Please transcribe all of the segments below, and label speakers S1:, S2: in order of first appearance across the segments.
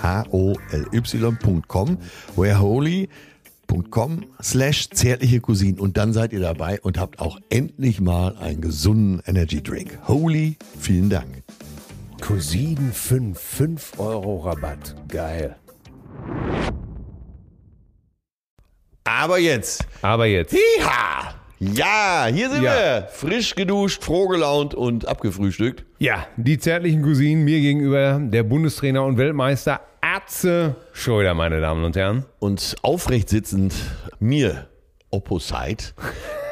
S1: H-O-L-Y.com, wareholy.com slash zärtliche Cousinen und dann seid ihr dabei und habt auch endlich mal einen gesunden Energy Drink. Holy, vielen Dank.
S2: Cousinen 5, 5 Euro Rabatt. Geil.
S1: Aber jetzt,
S2: Aber jetzt.
S1: hiha! Ja, hier sind
S2: Ja.
S1: wir, frisch geduscht, froh gelaunt und abgefrühstückt.
S2: Ja, die zärtlichen Cousinen mir gegenüber, der Bundestrainer und Weltmeister Atze Schröder, meine Damen und Herren.
S1: Und aufrecht sitzend mir, Opposite,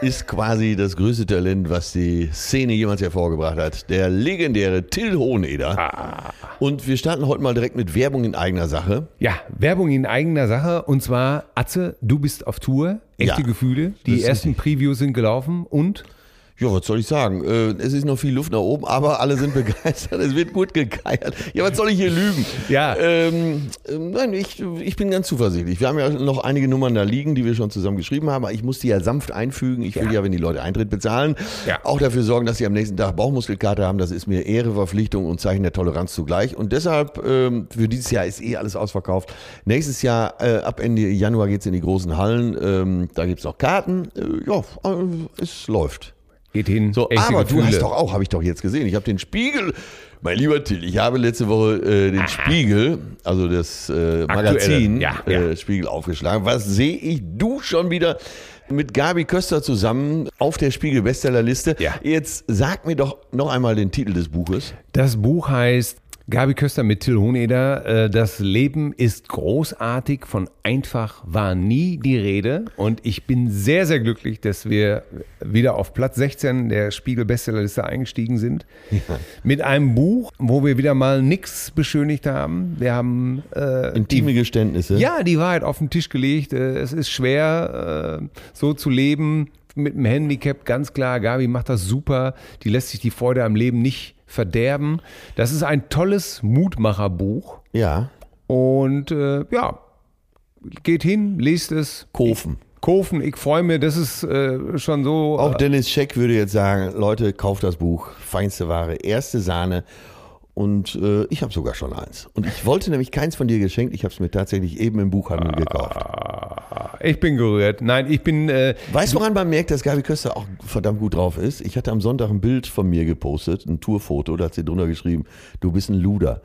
S1: ist quasi das größte Talent, was die Szene jemals hervorgebracht hat. Der legendäre Till Hoheneder. Und wir starten heute mal direkt mit Werbung in eigener Sache.
S2: Ja, Werbung in eigener Sache und zwar Atze, du bist auf Tour, echte
S1: Ja,
S2: Gefühle. Die
S1: ist
S2: ersten Previews sind gelaufen und
S1: Ja, was soll ich sagen? Äh, Es ist noch viel Luft nach oben, aber alle sind begeistert. Es wird gut gegeiert. Ja, was soll ich hier lügen?
S2: Ja.
S1: Ähm, ähm, nein, ich, ich bin ganz zuversichtlich. Wir haben ja noch einige Nummern da liegen, die wir schon zusammen geschrieben haben. aber Ich muss die ja sanft einfügen. Ich will ja, wenn die Leute Eintritt bezahlen,
S2: Ja.
S1: auch dafür sorgen, dass sie am nächsten Tag Bauchmuskelkater haben. Das ist mir Ehre, Verpflichtung und Zeichen der Toleranz zugleich. Und deshalb, ähm, für dieses Jahr ist eh alles ausverkauft. Nächstes Jahr, äh, ab Ende Januar, geht's in die großen Hallen. Ähm, da gibt's noch Karten. Äh, ja, äh, es läuft.
S2: geht hin.
S1: So,
S2: echte
S1: aber
S2: Gefühle.
S1: du hast doch auch, habe ich doch jetzt gesehen. Ich habe den Spiegel, mein lieber Till, ich habe letzte Woche äh, den Spiegel, also das äh, Magazin
S2: ja, ja.
S1: Äh, Spiegel aufgeschlagen. Was sehe ich? Du schon wieder mit Gabi Köster zusammen auf der Spiegel Bestsellerliste.
S2: Ja.
S1: Jetzt sag mir doch noch einmal den Titel des Buches.
S2: Das Buch heißt Gabi Köster mit Till Hohneder. äh, Das Leben ist großartig, von einfach war nie die Rede. Und ich bin sehr, sehr glücklich, dass wir wieder auf Platz 16 der Spiegel-Bestsellerliste eingestiegen sind. Mit einem Buch, wo wir wieder mal nichts beschönigt haben. Wir haben äh,
S1: Intime Geständnisse.
S2: ja, die Wahrheit auf den Tisch gelegt. Äh, Es ist schwer, äh, so zu leben mit einem Handicap, ganz klar. Gabi macht das super. Die lässt sich die Freude am Leben nicht verderben. Das ist ein tolles Mutmacherbuch.
S1: Ja.
S2: Und äh, ja, geht hin, lest es.
S1: Kofen.
S2: Kofen, ich freue mich, das ist äh, schon so.
S1: Auch Dennis Scheck würde jetzt sagen, Leute, kauft das Buch, feinste Ware, erste Sahne. Und äh, ich habe sogar schon eins. Und ich wollte nämlich keins von dir geschenkt, ich habe es mir tatsächlich eben im Buchhandel gekauft.
S2: Ah, ich bin gerührt. Nein, ich bin. Äh,
S1: Weißt du, woran man merkt, dass Gabi Köster auch verdammt gut drauf ist? Ich hatte am Sonntag ein Bild von mir gepostet, ein Tourfoto, da hat sie drunter geschrieben, du bist ein Luder.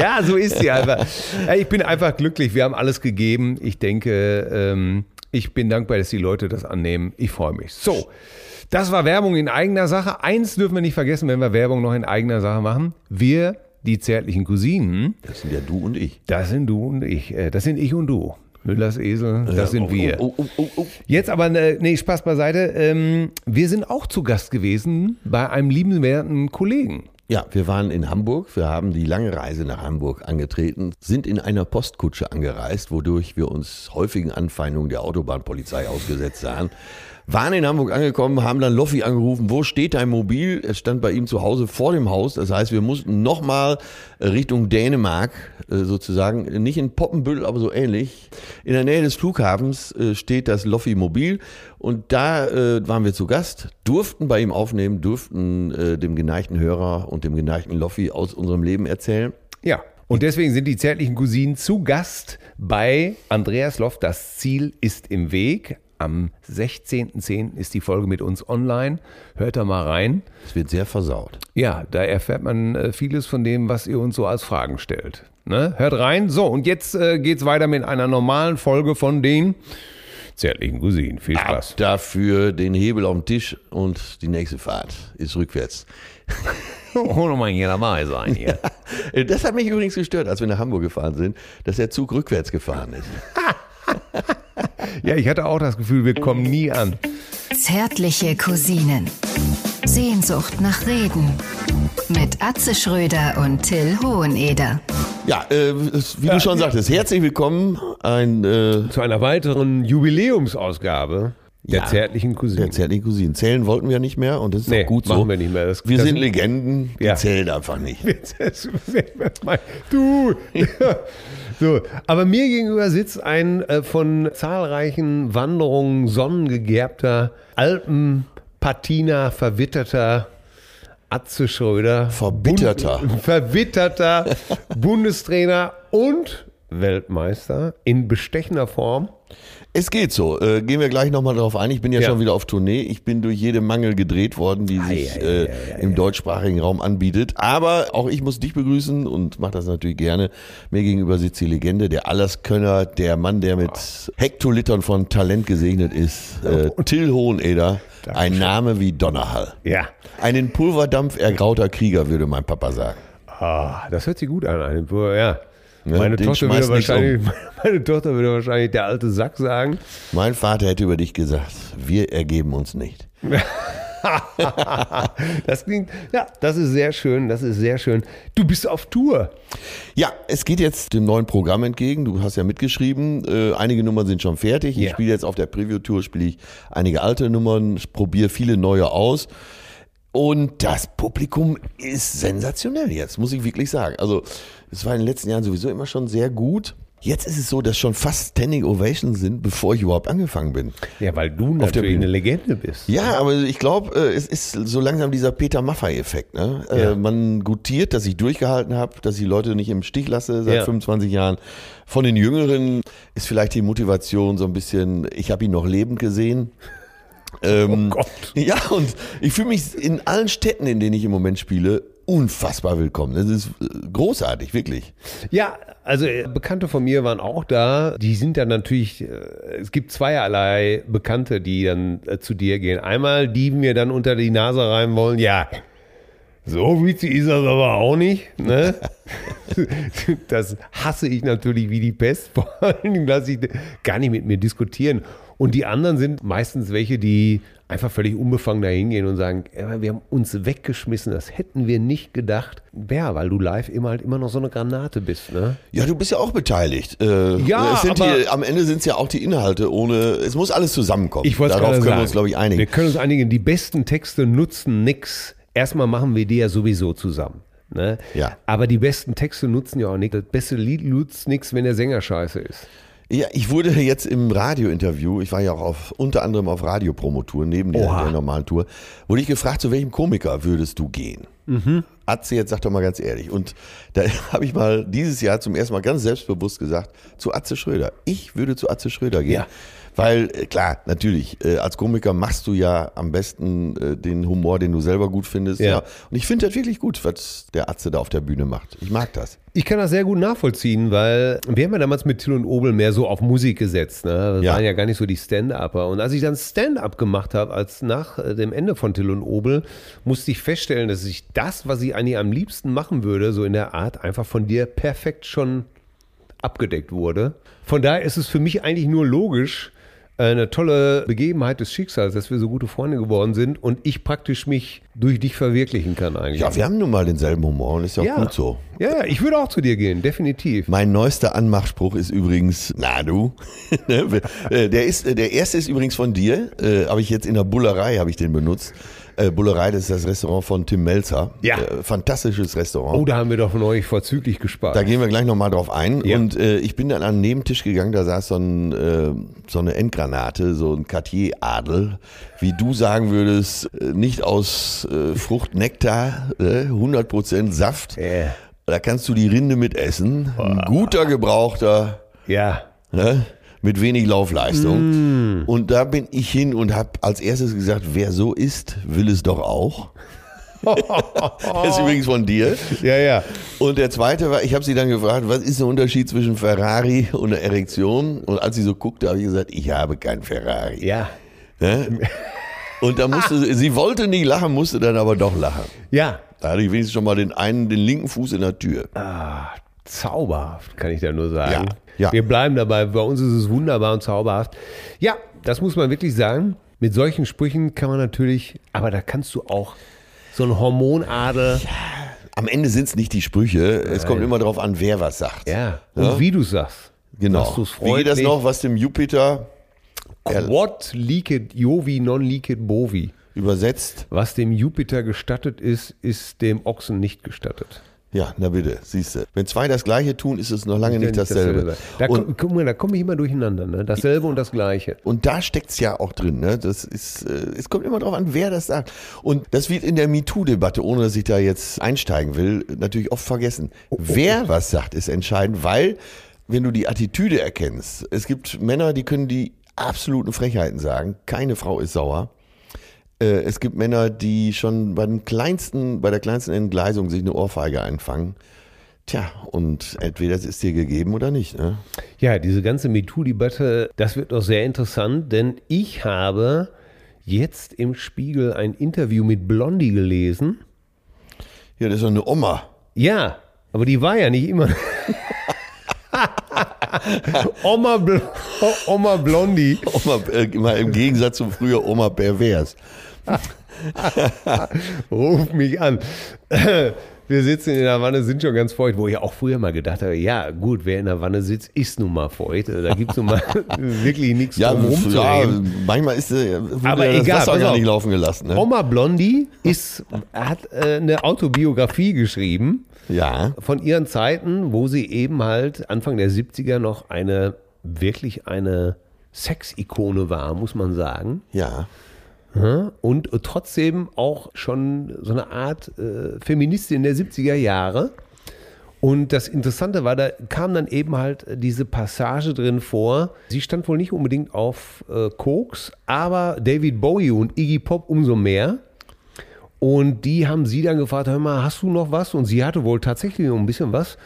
S2: ja, so ist sie einfach. Ja, Ich bin einfach glücklich. Wir haben alles gegeben. Ich denke, ähm, ich bin dankbar, dass die Leute das annehmen. Ich freue mich. So, das war Werbung in eigener Sache. Eins dürfen wir nicht vergessen, wenn wir Werbung noch in eigener Sache machen. Wir, die zärtlichen Cousinen,
S1: Das sind ja du und ich.
S2: das sind du und ich. Äh, das sind ich und du. Müllers Esel, das sind
S1: Oh,
S2: wir.
S1: Oh, oh, oh, oh.
S2: Jetzt aber, ne- nee, Spaß beiseite. Ähm, wir sind auch zu Gast gewesen bei einem liebenswerten Kollegen.
S1: Ja, wir waren in Hamburg, wir haben die lange Reise nach Hamburg angetreten, sind in einer Postkutsche angereist, wodurch wir uns häufigen Anfeindungen der Autobahnpolizei ausgesetzt sahen, waren in Hamburg angekommen, haben dann Loffi angerufen, wo steht dein Mobil? Es stand bei ihm zu Hause vor dem Haus. Das heißt, wir mussten nochmal Richtung Dänemark äh, sozusagen, nicht in Poppenbüttel, aber so ähnlich. In der Nähe des Flughafens äh, steht das Loffi Mobil und da äh, waren wir zu Gast, durften bei ihm aufnehmen, durften äh, dem geneigten Hörer und dem geneigten Loffi aus unserem Leben erzählen.
S2: Ja. Und deswegen sind die zärtlichen Cousinen zu Gast bei Andreas Loff. Das Ziel ist im Weg. Am 16.10. ist die Folge mit uns online. Hört da mal rein.
S1: Es wird sehr versaut.
S2: Ja, da erfährt man äh, vieles von dem, was ihr uns so als Fragen stellt. Ne? Hört rein. So, und jetzt äh, geht's weiter mit einer normalen Folge von den zärtlichen Cousinen. Viel Spaß.
S1: Ab dafür den Hebel auf den Tisch und die nächste Fahrt ist rückwärts.
S2: Ohne Oh, mal hier dabei sein hier.
S1: Äh, Das hat mich übrigens gestört, als wir nach Hamburg gefahren sind, dass der Zug rückwärts gefahren ist.
S2: ja, ich hatte auch das Gefühl, wir kommen nie an.
S3: Zärtliche Cousinen. Sehnsucht nach Reden. Mit Atze Schröder und Till Hoheneder.
S1: Ja, äh, es- wie du schon sagtest, herzlich willkommen ein äh,
S2: Zu einer weiteren Jubiläumsausgabe der
S1: Ja.
S2: zärtlichen Cousinen.
S1: der zärtlichen Cousinen. Zählen wollten wir nicht mehr und das ist
S2: Hm. Nee,
S1: auch gut so.
S2: machen wir nicht mehr. Das-
S1: wir
S2: das-
S1: sind Legenden, die
S2: Ja.
S1: zählen einfach nicht.
S2: Das- du! So, aber mir gegenüber sitzt ein äh, von zahlreichen Wanderungen sonnengegerbter, Alpenpatina verwitterter Atze Schröder.
S1: Verbitterter.
S2: Bund- verwitterter Bundestrainer und Weltmeister in bestechender Form.
S1: Es geht so. Äh, gehen wir gleich nochmal drauf ein. Ich bin ja,
S2: Ja.
S1: schon wieder auf Tournee. Ich bin durch jede Mangel gedreht worden, die sich äh, im deutschsprachigen Raum anbietet. Aber auch ich muss dich begrüßen und mache das natürlich gerne. Mir gegenüber sitzt die Legende, der Allerskönner, der Mann, der mit Hektolitern von Talent gesegnet ist.
S2: Oh.
S1: Äh, Till Hoheneder. Ein Name wie Donnerhall.
S2: Ja.
S1: Ein in Pulverdampf ergrauter Krieger, würde mein Papa sagen.
S2: Ah, das hört sich gut an. Eine, ja.
S1: Ne,
S2: Meine,
S1: den um.
S2: Tochter würde
S1: schmeißt nichts
S2: wahrscheinlich, meine Tochter würde wahrscheinlich der alte Sack sagen.
S1: Mein Vater hätte über dich gesagt, wir ergeben uns nicht.
S2: das klingt, ja, das ist sehr schön, das ist sehr schön. Du bist auf Tour.
S1: Ja, es geht jetzt dem neuen Programm entgegen. Du hast ja mitgeschrieben. Äh, einige Nummern sind schon fertig. Ich
S2: Ja.
S1: spiele jetzt auf der Preview-Tour, spiele ich einige alte Nummern, probiere viele neue aus. Und das Publikum ist sensationell jetzt, muss ich wirklich sagen. Also, es war in den letzten Jahren sowieso immer schon sehr gut. Jetzt ist es so, dass schon fast Standing Ovations sind, bevor ich überhaupt angefangen bin.
S2: Ja, weil du
S1: der
S2: natürlich
S1: Bühne.
S2: eine Legende bist.
S1: Ja, aber ich glaube, es ist so langsam dieser Peter Maffay-Effekt. Ne? Äh,
S2: Ja.
S1: Man gutiert, dass ich durchgehalten habe, dass ich Leute nicht im Stich lasse seit
S2: Ja.
S1: 25 Jahren. Von den Jüngeren ist vielleicht die Motivation so ein bisschen, ich habe ihn noch lebend gesehen. Ähm,
S2: Oh Gott.
S1: Ja, und ich fühle mich in allen Städten, in denen ich im Moment spiele, unfassbar willkommen. Das ist äh, großartig, wirklich.
S2: Ja, also äh, Bekannte von mir waren auch da. Die sind dann natürlich, äh, es gibt zweierlei Bekannte, die dann äh, zu dir gehen. Einmal, die mir dann unter die Nase reiben wollen, ja, so witzig ist das aber auch nicht. Ne? das hasse ich natürlich wie die Pest. Vor allen Dingen lasse ich gar nicht mit mir diskutieren. Und die anderen sind meistens welche, die einfach völlig unbefangen da hingehen und sagen, "Ja, wir haben uns weggeschmissen, das hätten wir nicht gedacht. Ja, weil du live immer halt immer noch so eine Granate bist, ne?
S1: Ja, du bist ja auch beteiligt. Äh,
S2: Ja,
S1: es sind
S2: aber-
S1: die, am Ende sind es ja auch die Inhalte ohne. Es muss alles zusammenkommen.
S2: Ich wollte
S1: Darauf
S2: gerade
S1: können
S2: sagen,
S1: wir uns, glaube ich, einigen.
S2: Wir können uns einigen, die besten Texte nutzen nix. Erstmal machen wir die ja sowieso zusammen. Ne?
S1: Ja.
S2: Aber die besten Texte nutzen ja auch nichts. Das beste Lied nutzt nichts, wenn der Sänger scheiße ist.
S1: Ja, ich wurde jetzt im Radiointerview, ich war ja auch auf, unter anderem auf Radiopromotour, neben der,
S2: Oha.
S1: der normalen Tour, wurde ich gefragt, zu welchem Komiker würdest du gehen?
S2: Mhm.
S1: Atze, jetzt sag doch mal ganz ehrlich. Und da habe ich mal dieses Jahr zum ersten Mal ganz selbstbewusst gesagt, zu Atze Schröder. Ich würde zu Atze Schröder gehen.
S2: Ja.
S1: Weil, äh, klar, natürlich, äh, als Komiker machst du ja am besten äh, den Humor, den du selber gut findest.
S2: Ja.
S1: Ja. Und ich finde das wirklich gut, was der Atze da auf der Bühne macht. Ich mag das.
S2: Ich kann das sehr gut nachvollziehen, weil wir haben ja damals mit Till und Obel mehr so auf Musik gesetzt. Ne? Das
S1: Ja.
S2: waren ja gar nicht so die Stand-Upper. Und als ich dann Stand-Up gemacht habe, als nach äh, dem Ende von Till und Obel, musste ich feststellen, dass ich das, was ich eigentlich am liebsten machen würde, so in der Art, einfach von dir perfekt schon abgedeckt wurde. Von daher ist es für mich eigentlich nur logisch, äh, eine tolle Begebenheit des Schicksals, dass wir so gute Freunde geworden sind und ich praktisch mich durch dich verwirklichen kann eigentlich.
S1: Ja, wir haben nun mal denselben Humor und ist ja auch gut so.
S2: Ja, ich würde auch zu dir gehen, definitiv.
S1: Mein neuester Anmachspruch ist übrigens, na du, Ne? Äh, der, ist, äh, der erste ist übrigens von dir, äh, habe ich jetzt in der Bullerei, habe ich den benutzt. Äh, Bullerei, das ist das Restaurant von Tim Melzer.
S2: Ja.
S1: Äh, fantastisches Restaurant.
S2: Oh, da haben wir doch von euch vorzüglich gespart.
S1: Da gehen wir gleich nochmal drauf ein.
S2: Ja.
S1: Und äh, ich bin dann an den Nebentisch gegangen, da saß so, ein, äh, so eine Endgranate, so ein Cartier-Adel, wie du sagen würdest, äh, nicht aus äh, Frucht, Nektar, äh, 100% Saft.
S2: Äh,
S1: Da kannst du die Rinde mitessen. Ein guter, gebrauchter,
S2: ja.
S1: ne? mit wenig
S2: Mm.
S1: Laufleistung. Und da bin ich hin und habe als erstes gesagt, wer so isst, will es doch auch.
S2: Oh.
S1: Das ist übrigens von dir.
S2: ja, ja.
S1: Und der zweite war, ich habe sie dann gefragt, was ist der Unterschied zwischen Ferrari und einer Erektion? Und als sie so guckte, habe ich gesagt, ich habe kein Ferrari.
S2: Ja.
S1: Ne? Und da musste sie, sie wollte nicht lachen, musste dann aber doch lachen.
S2: Ja.
S1: Da hatte ich wenigstens schon mal den einen, den linken Fuß in der Tür.
S2: Zauberhaft, kann ich da nur sagen.
S1: Ja, ja.
S2: Wir bleiben dabei. Bei uns ist es wunderbar und zauberhaft. Ja, das muss man wirklich sagen. Mit solchen Sprüchen kann man natürlich, aber da kannst du auch so ein Hormonadel.
S1: Am Ende sind es nicht die Sprüche, es kommt immer darauf an, wer was sagt. Ne?
S2: Ja. Und wie du sagst.
S1: Genau.
S2: Machst du's
S1: Wie geht das
S2: freundlich.
S1: noch, was dem Jupiter
S2: Quod licet Jovi non licet Bovi.
S1: übersetzt?
S2: Was dem Jupiter gestattet ist, ist dem Ochsen nicht gestattet.
S1: Ja, na bitte, siehst du. Wenn zwei das Gleiche tun, ist es noch lange nicht dasselbe.
S2: Da,
S1: Und
S2: komm, guck mal, da komme ich immer durcheinander. Ne? Dasselbe und das Gleiche.
S1: Und da steckt's ja auch drin. Ne? Das ist, äh, es kommt immer darauf an, wer das sagt. Und das wird in der MeToo-Debatte, ohne dass ich da jetzt einsteigen will, natürlich oft vergessen. Wer was sagt, ist entscheidend, weil wenn du die Attitüde erkennst, es gibt Männer, die können die absoluten Frechheiten sagen. Keine Frau ist sauer. Äh, Es gibt Männer, die schon beim kleinsten, bei der kleinsten Entgleisung sich eine Ohrfeige einfangen. Tja, und entweder es ist dir gegeben oder nicht. Ne?
S2: Ja, diese ganze MeToo-Debatte, das wird doch sehr interessant, denn ich habe jetzt im Spiegel ein Interview mit Blondie gelesen.
S1: Ja, das ist doch eine Oma.
S2: Ja, aber die war ja nicht immer. Oma, Bl Oma Blondie.
S1: Oma, äh, mal im Gegensatz zu früher Oma pervers.
S2: Ruf mich an. Wir sitzen in der Wanne, sind schon ganz feucht, wo ich auch früher mal gedacht habe, ja gut, wer in der Wanne sitzt, ist nun mal feucht. Also, Da gibt es nun mal wirklich nichts
S1: Ja, also
S2: drum
S1: ja
S2: rumzureden.
S1: manchmal ist äh, wurde
S2: Aber
S1: ja
S2: egal,
S1: das Wasser
S2: pass
S1: gar
S2: auf.
S1: nicht laufen gelassen. Ne?
S2: Oma Blondie ist, hat äh, eine Autobiografie geschrieben
S1: Ja,
S2: von ihren Zeiten, wo sie eben halt Anfang der 70er noch eine, wirklich eine Sexikone war, muss man sagen.
S1: ja.
S2: und trotzdem auch schon so eine Art äh, Feministin der 70er Jahre. Und das Interessante war, da kam dann eben halt diese Passage drin vor. Sie stand wohl nicht unbedingt auf äh, Koks, aber David Bowie und Iggy Pop umso mehr. Und die haben sie dann gefragt, hör mal, hast du noch was? Und sie hatte wohl tatsächlich noch ein bisschen was.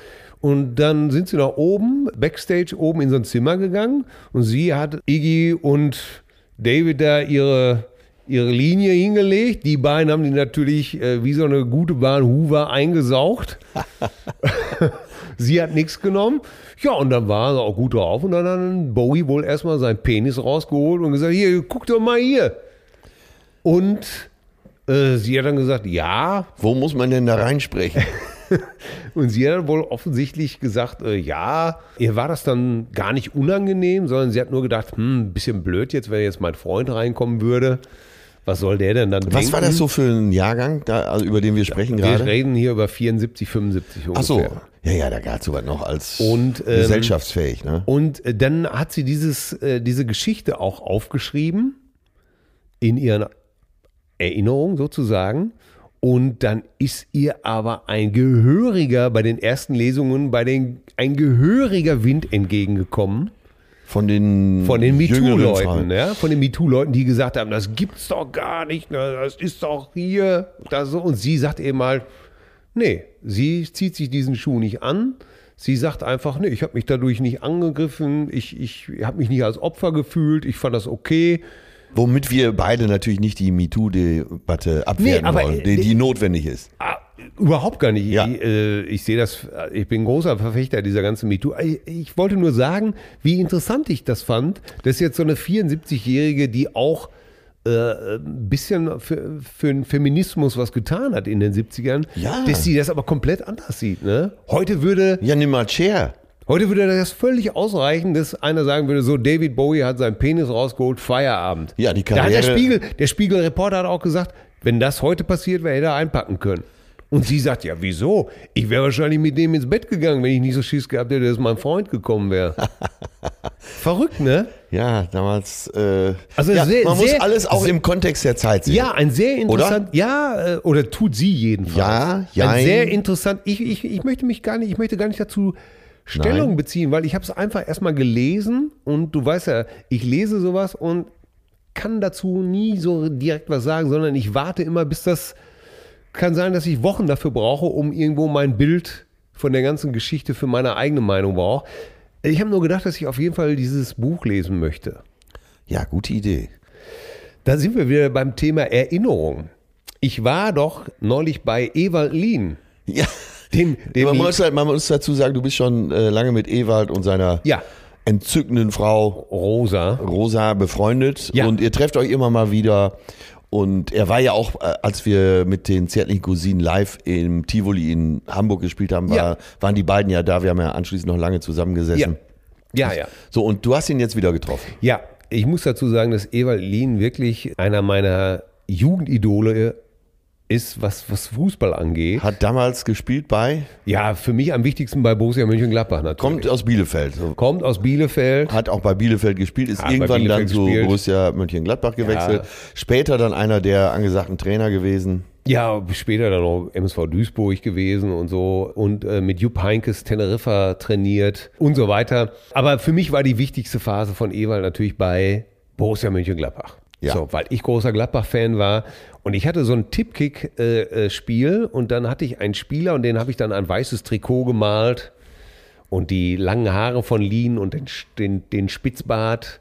S2: Und dann sind sie nach oben, Backstage oben in so ein Zimmer gegangen. Und sie hat Iggy und David da ihre, ihre Linie hingelegt. Die beiden haben die natürlich äh, wie so eine gute Bahn Hoover eingesaugt. Sie hat nichts genommen. Ja, und dann war sie auch gut drauf. Und dann hat Bowie wohl erstmal seinen Penis rausgeholt und gesagt: Hier, guck doch mal hier. Und äh, sie hat dann gesagt: Ja.
S1: Wo muss man denn da reinsprechen?
S2: Und sie hat dann wohl offensichtlich gesagt: äh, Ja. Ihr war das dann gar nicht unangenehm, sondern sie hat nur gedacht: Hm, ein bisschen blöd jetzt, wenn jetzt mein Freund reinkommen würde. Was soll der denn dann
S1: Was war
S2: denken?
S1: das so für ein Jahrgang, da, also über den wir sprechen
S2: Wir
S1: gerade?
S2: reden hier über 74, 75 ungefähr.
S1: Ach so. Ja, ja, da galt sowas noch als
S2: Und, ähm,
S1: gesellschaftsfähig. Ne?
S2: Und äh, dann hat sie dieses, äh, diese Geschichte auch aufgeschrieben in ihren Erinnerungen sozusagen. Und dann ist ihr aber ein gehöriger bei den ersten Lesungen, bei den ein gehöriger Wind entgegengekommen
S1: Von den ne?
S2: von den
S1: jüngeren Frauen.
S2: MeToo-Leuten, ja, von den MeToo-Leuten, die gesagt haben, das gibt's doch gar nicht, ne, das ist doch hier, das so. Und sie sagt eben mal, nee, sie zieht sich diesen Schuh nicht an. Sie sagt einfach, nee, ich habe mich dadurch nicht angegriffen, ich, ich habe mich nicht als Opfer gefühlt, ich fand das okay.
S1: Womit wir beide natürlich nicht die MeToo-Debatte abwerten
S2: aber,
S1: wollen,
S2: äh,
S1: die, die notwendig ist.
S2: Ah, Überhaupt gar nicht.
S1: Ja.
S2: Ich, äh, ich sehe das, ich bin großer Verfechter dieser ganzen MeToo. Ich, ich wollte nur sagen, wie interessant ich das fand, dass jetzt so eine 74-Jährige, die auch äh, ein bisschen für, für den Feminismus was getan hat in den 70ern,
S1: Ja.
S2: dass sie das aber komplett anders sieht. Ne? Heute würde
S1: Ja, nimm mal Chair.
S2: Heute würde das völlig ausreichen, dass einer sagen würde, so David Bowie hat seinen Penis rausgeholt, Feierabend.
S1: Ja, die
S2: Da hat der
S1: Karriere-
S2: Spiegel, der Spiegelreporter hat auch gesagt, wenn das heute passiert wäre, hätte er einpacken können. Und sie sagt, ja, wieso? Ich wäre wahrscheinlich mit dem ins Bett gegangen, wenn ich nicht so Schiss gehabt hätte, dass mein Freund gekommen wäre. Verrückt, ne?
S1: Ja, damals. Äh,
S2: Also
S1: ja,
S2: sehr-
S1: man muss
S2: sehr-
S1: alles auch im Kontext der Zeit sehen.
S2: Ja, ein sehr interessant, ja, äh, oder tut sie jedenfalls.
S1: Ja, jein.
S2: Ein sehr interessant, ich, ich, ich möchte mich gar nicht, ich möchte gar nicht dazu Stellung
S1: Nein.
S2: beziehen, weil ich habe es einfach erstmal gelesen und du weißt ja, ich lese sowas und kann dazu nie so direkt was sagen, sondern ich warte immer, bis das, kann sein, dass ich Wochen dafür brauche, um irgendwo mein Bild von der ganzen Geschichte für meine eigene Meinung brauche. Ich habe nur gedacht, dass ich auf jeden Fall dieses Buch lesen möchte.
S1: ja, gute Idee.
S2: Da sind wir wieder beim Thema Erinnerung. Ich war doch neulich bei Ewald Lien.
S1: Ja.
S2: Dem, dem
S1: man, muss halt, man muss dazu sagen, du bist schon äh, lange mit Ewald und seiner
S2: ja,
S1: entzückenden Frau
S2: Rosa.
S1: Rosa befreundet
S2: Ja.
S1: und ihr trefft euch immer mal wieder. Und er war ja auch, äh, als wir mit den zärtlichen Cousinen live im Tivoli in Hamburg gespielt haben, war,
S2: Ja.
S1: waren die beiden ja da. Wir haben ja anschließend noch lange zusammengesessen.
S2: Ja. ja, ja.
S1: So, und du hast ihn jetzt wieder getroffen.
S2: Ja, ich muss dazu sagen, dass Ewald Lien wirklich einer meiner Jugendidole ist, was, was Fußball angeht.
S1: Hat damals gespielt bei,
S2: Ja, für mich am wichtigsten bei Borussia Mönchengladbach natürlich.
S1: kommt aus Bielefeld. So,
S2: Kommt aus Bielefeld.
S1: Hat auch bei Bielefeld gespielt, ist
S2: Hat bei
S1: irgendwann dann
S2: Bielefeld
S1: zu
S2: gespielt.
S1: Borussia Mönchengladbach gewechselt. Später dann einer der angesagten Trainer gewesen.
S2: Ja, später dann noch MSV Duisburg gewesen und so und äh, mit Jupp Heinkes Teneriffa trainiert und so weiter. Aber für mich war die wichtigste Phase von Ewald natürlich bei Borussia Mönchengladbach.
S1: Ja.
S2: So, weil ich großer Gladbach-Fan war und ich hatte so ein Tippkick-Spiel äh, und dann hatte ich einen Spieler und den habe ich dann ein weißes Trikot gemalt und die langen Haare von Lien und den, den, den Spitzbart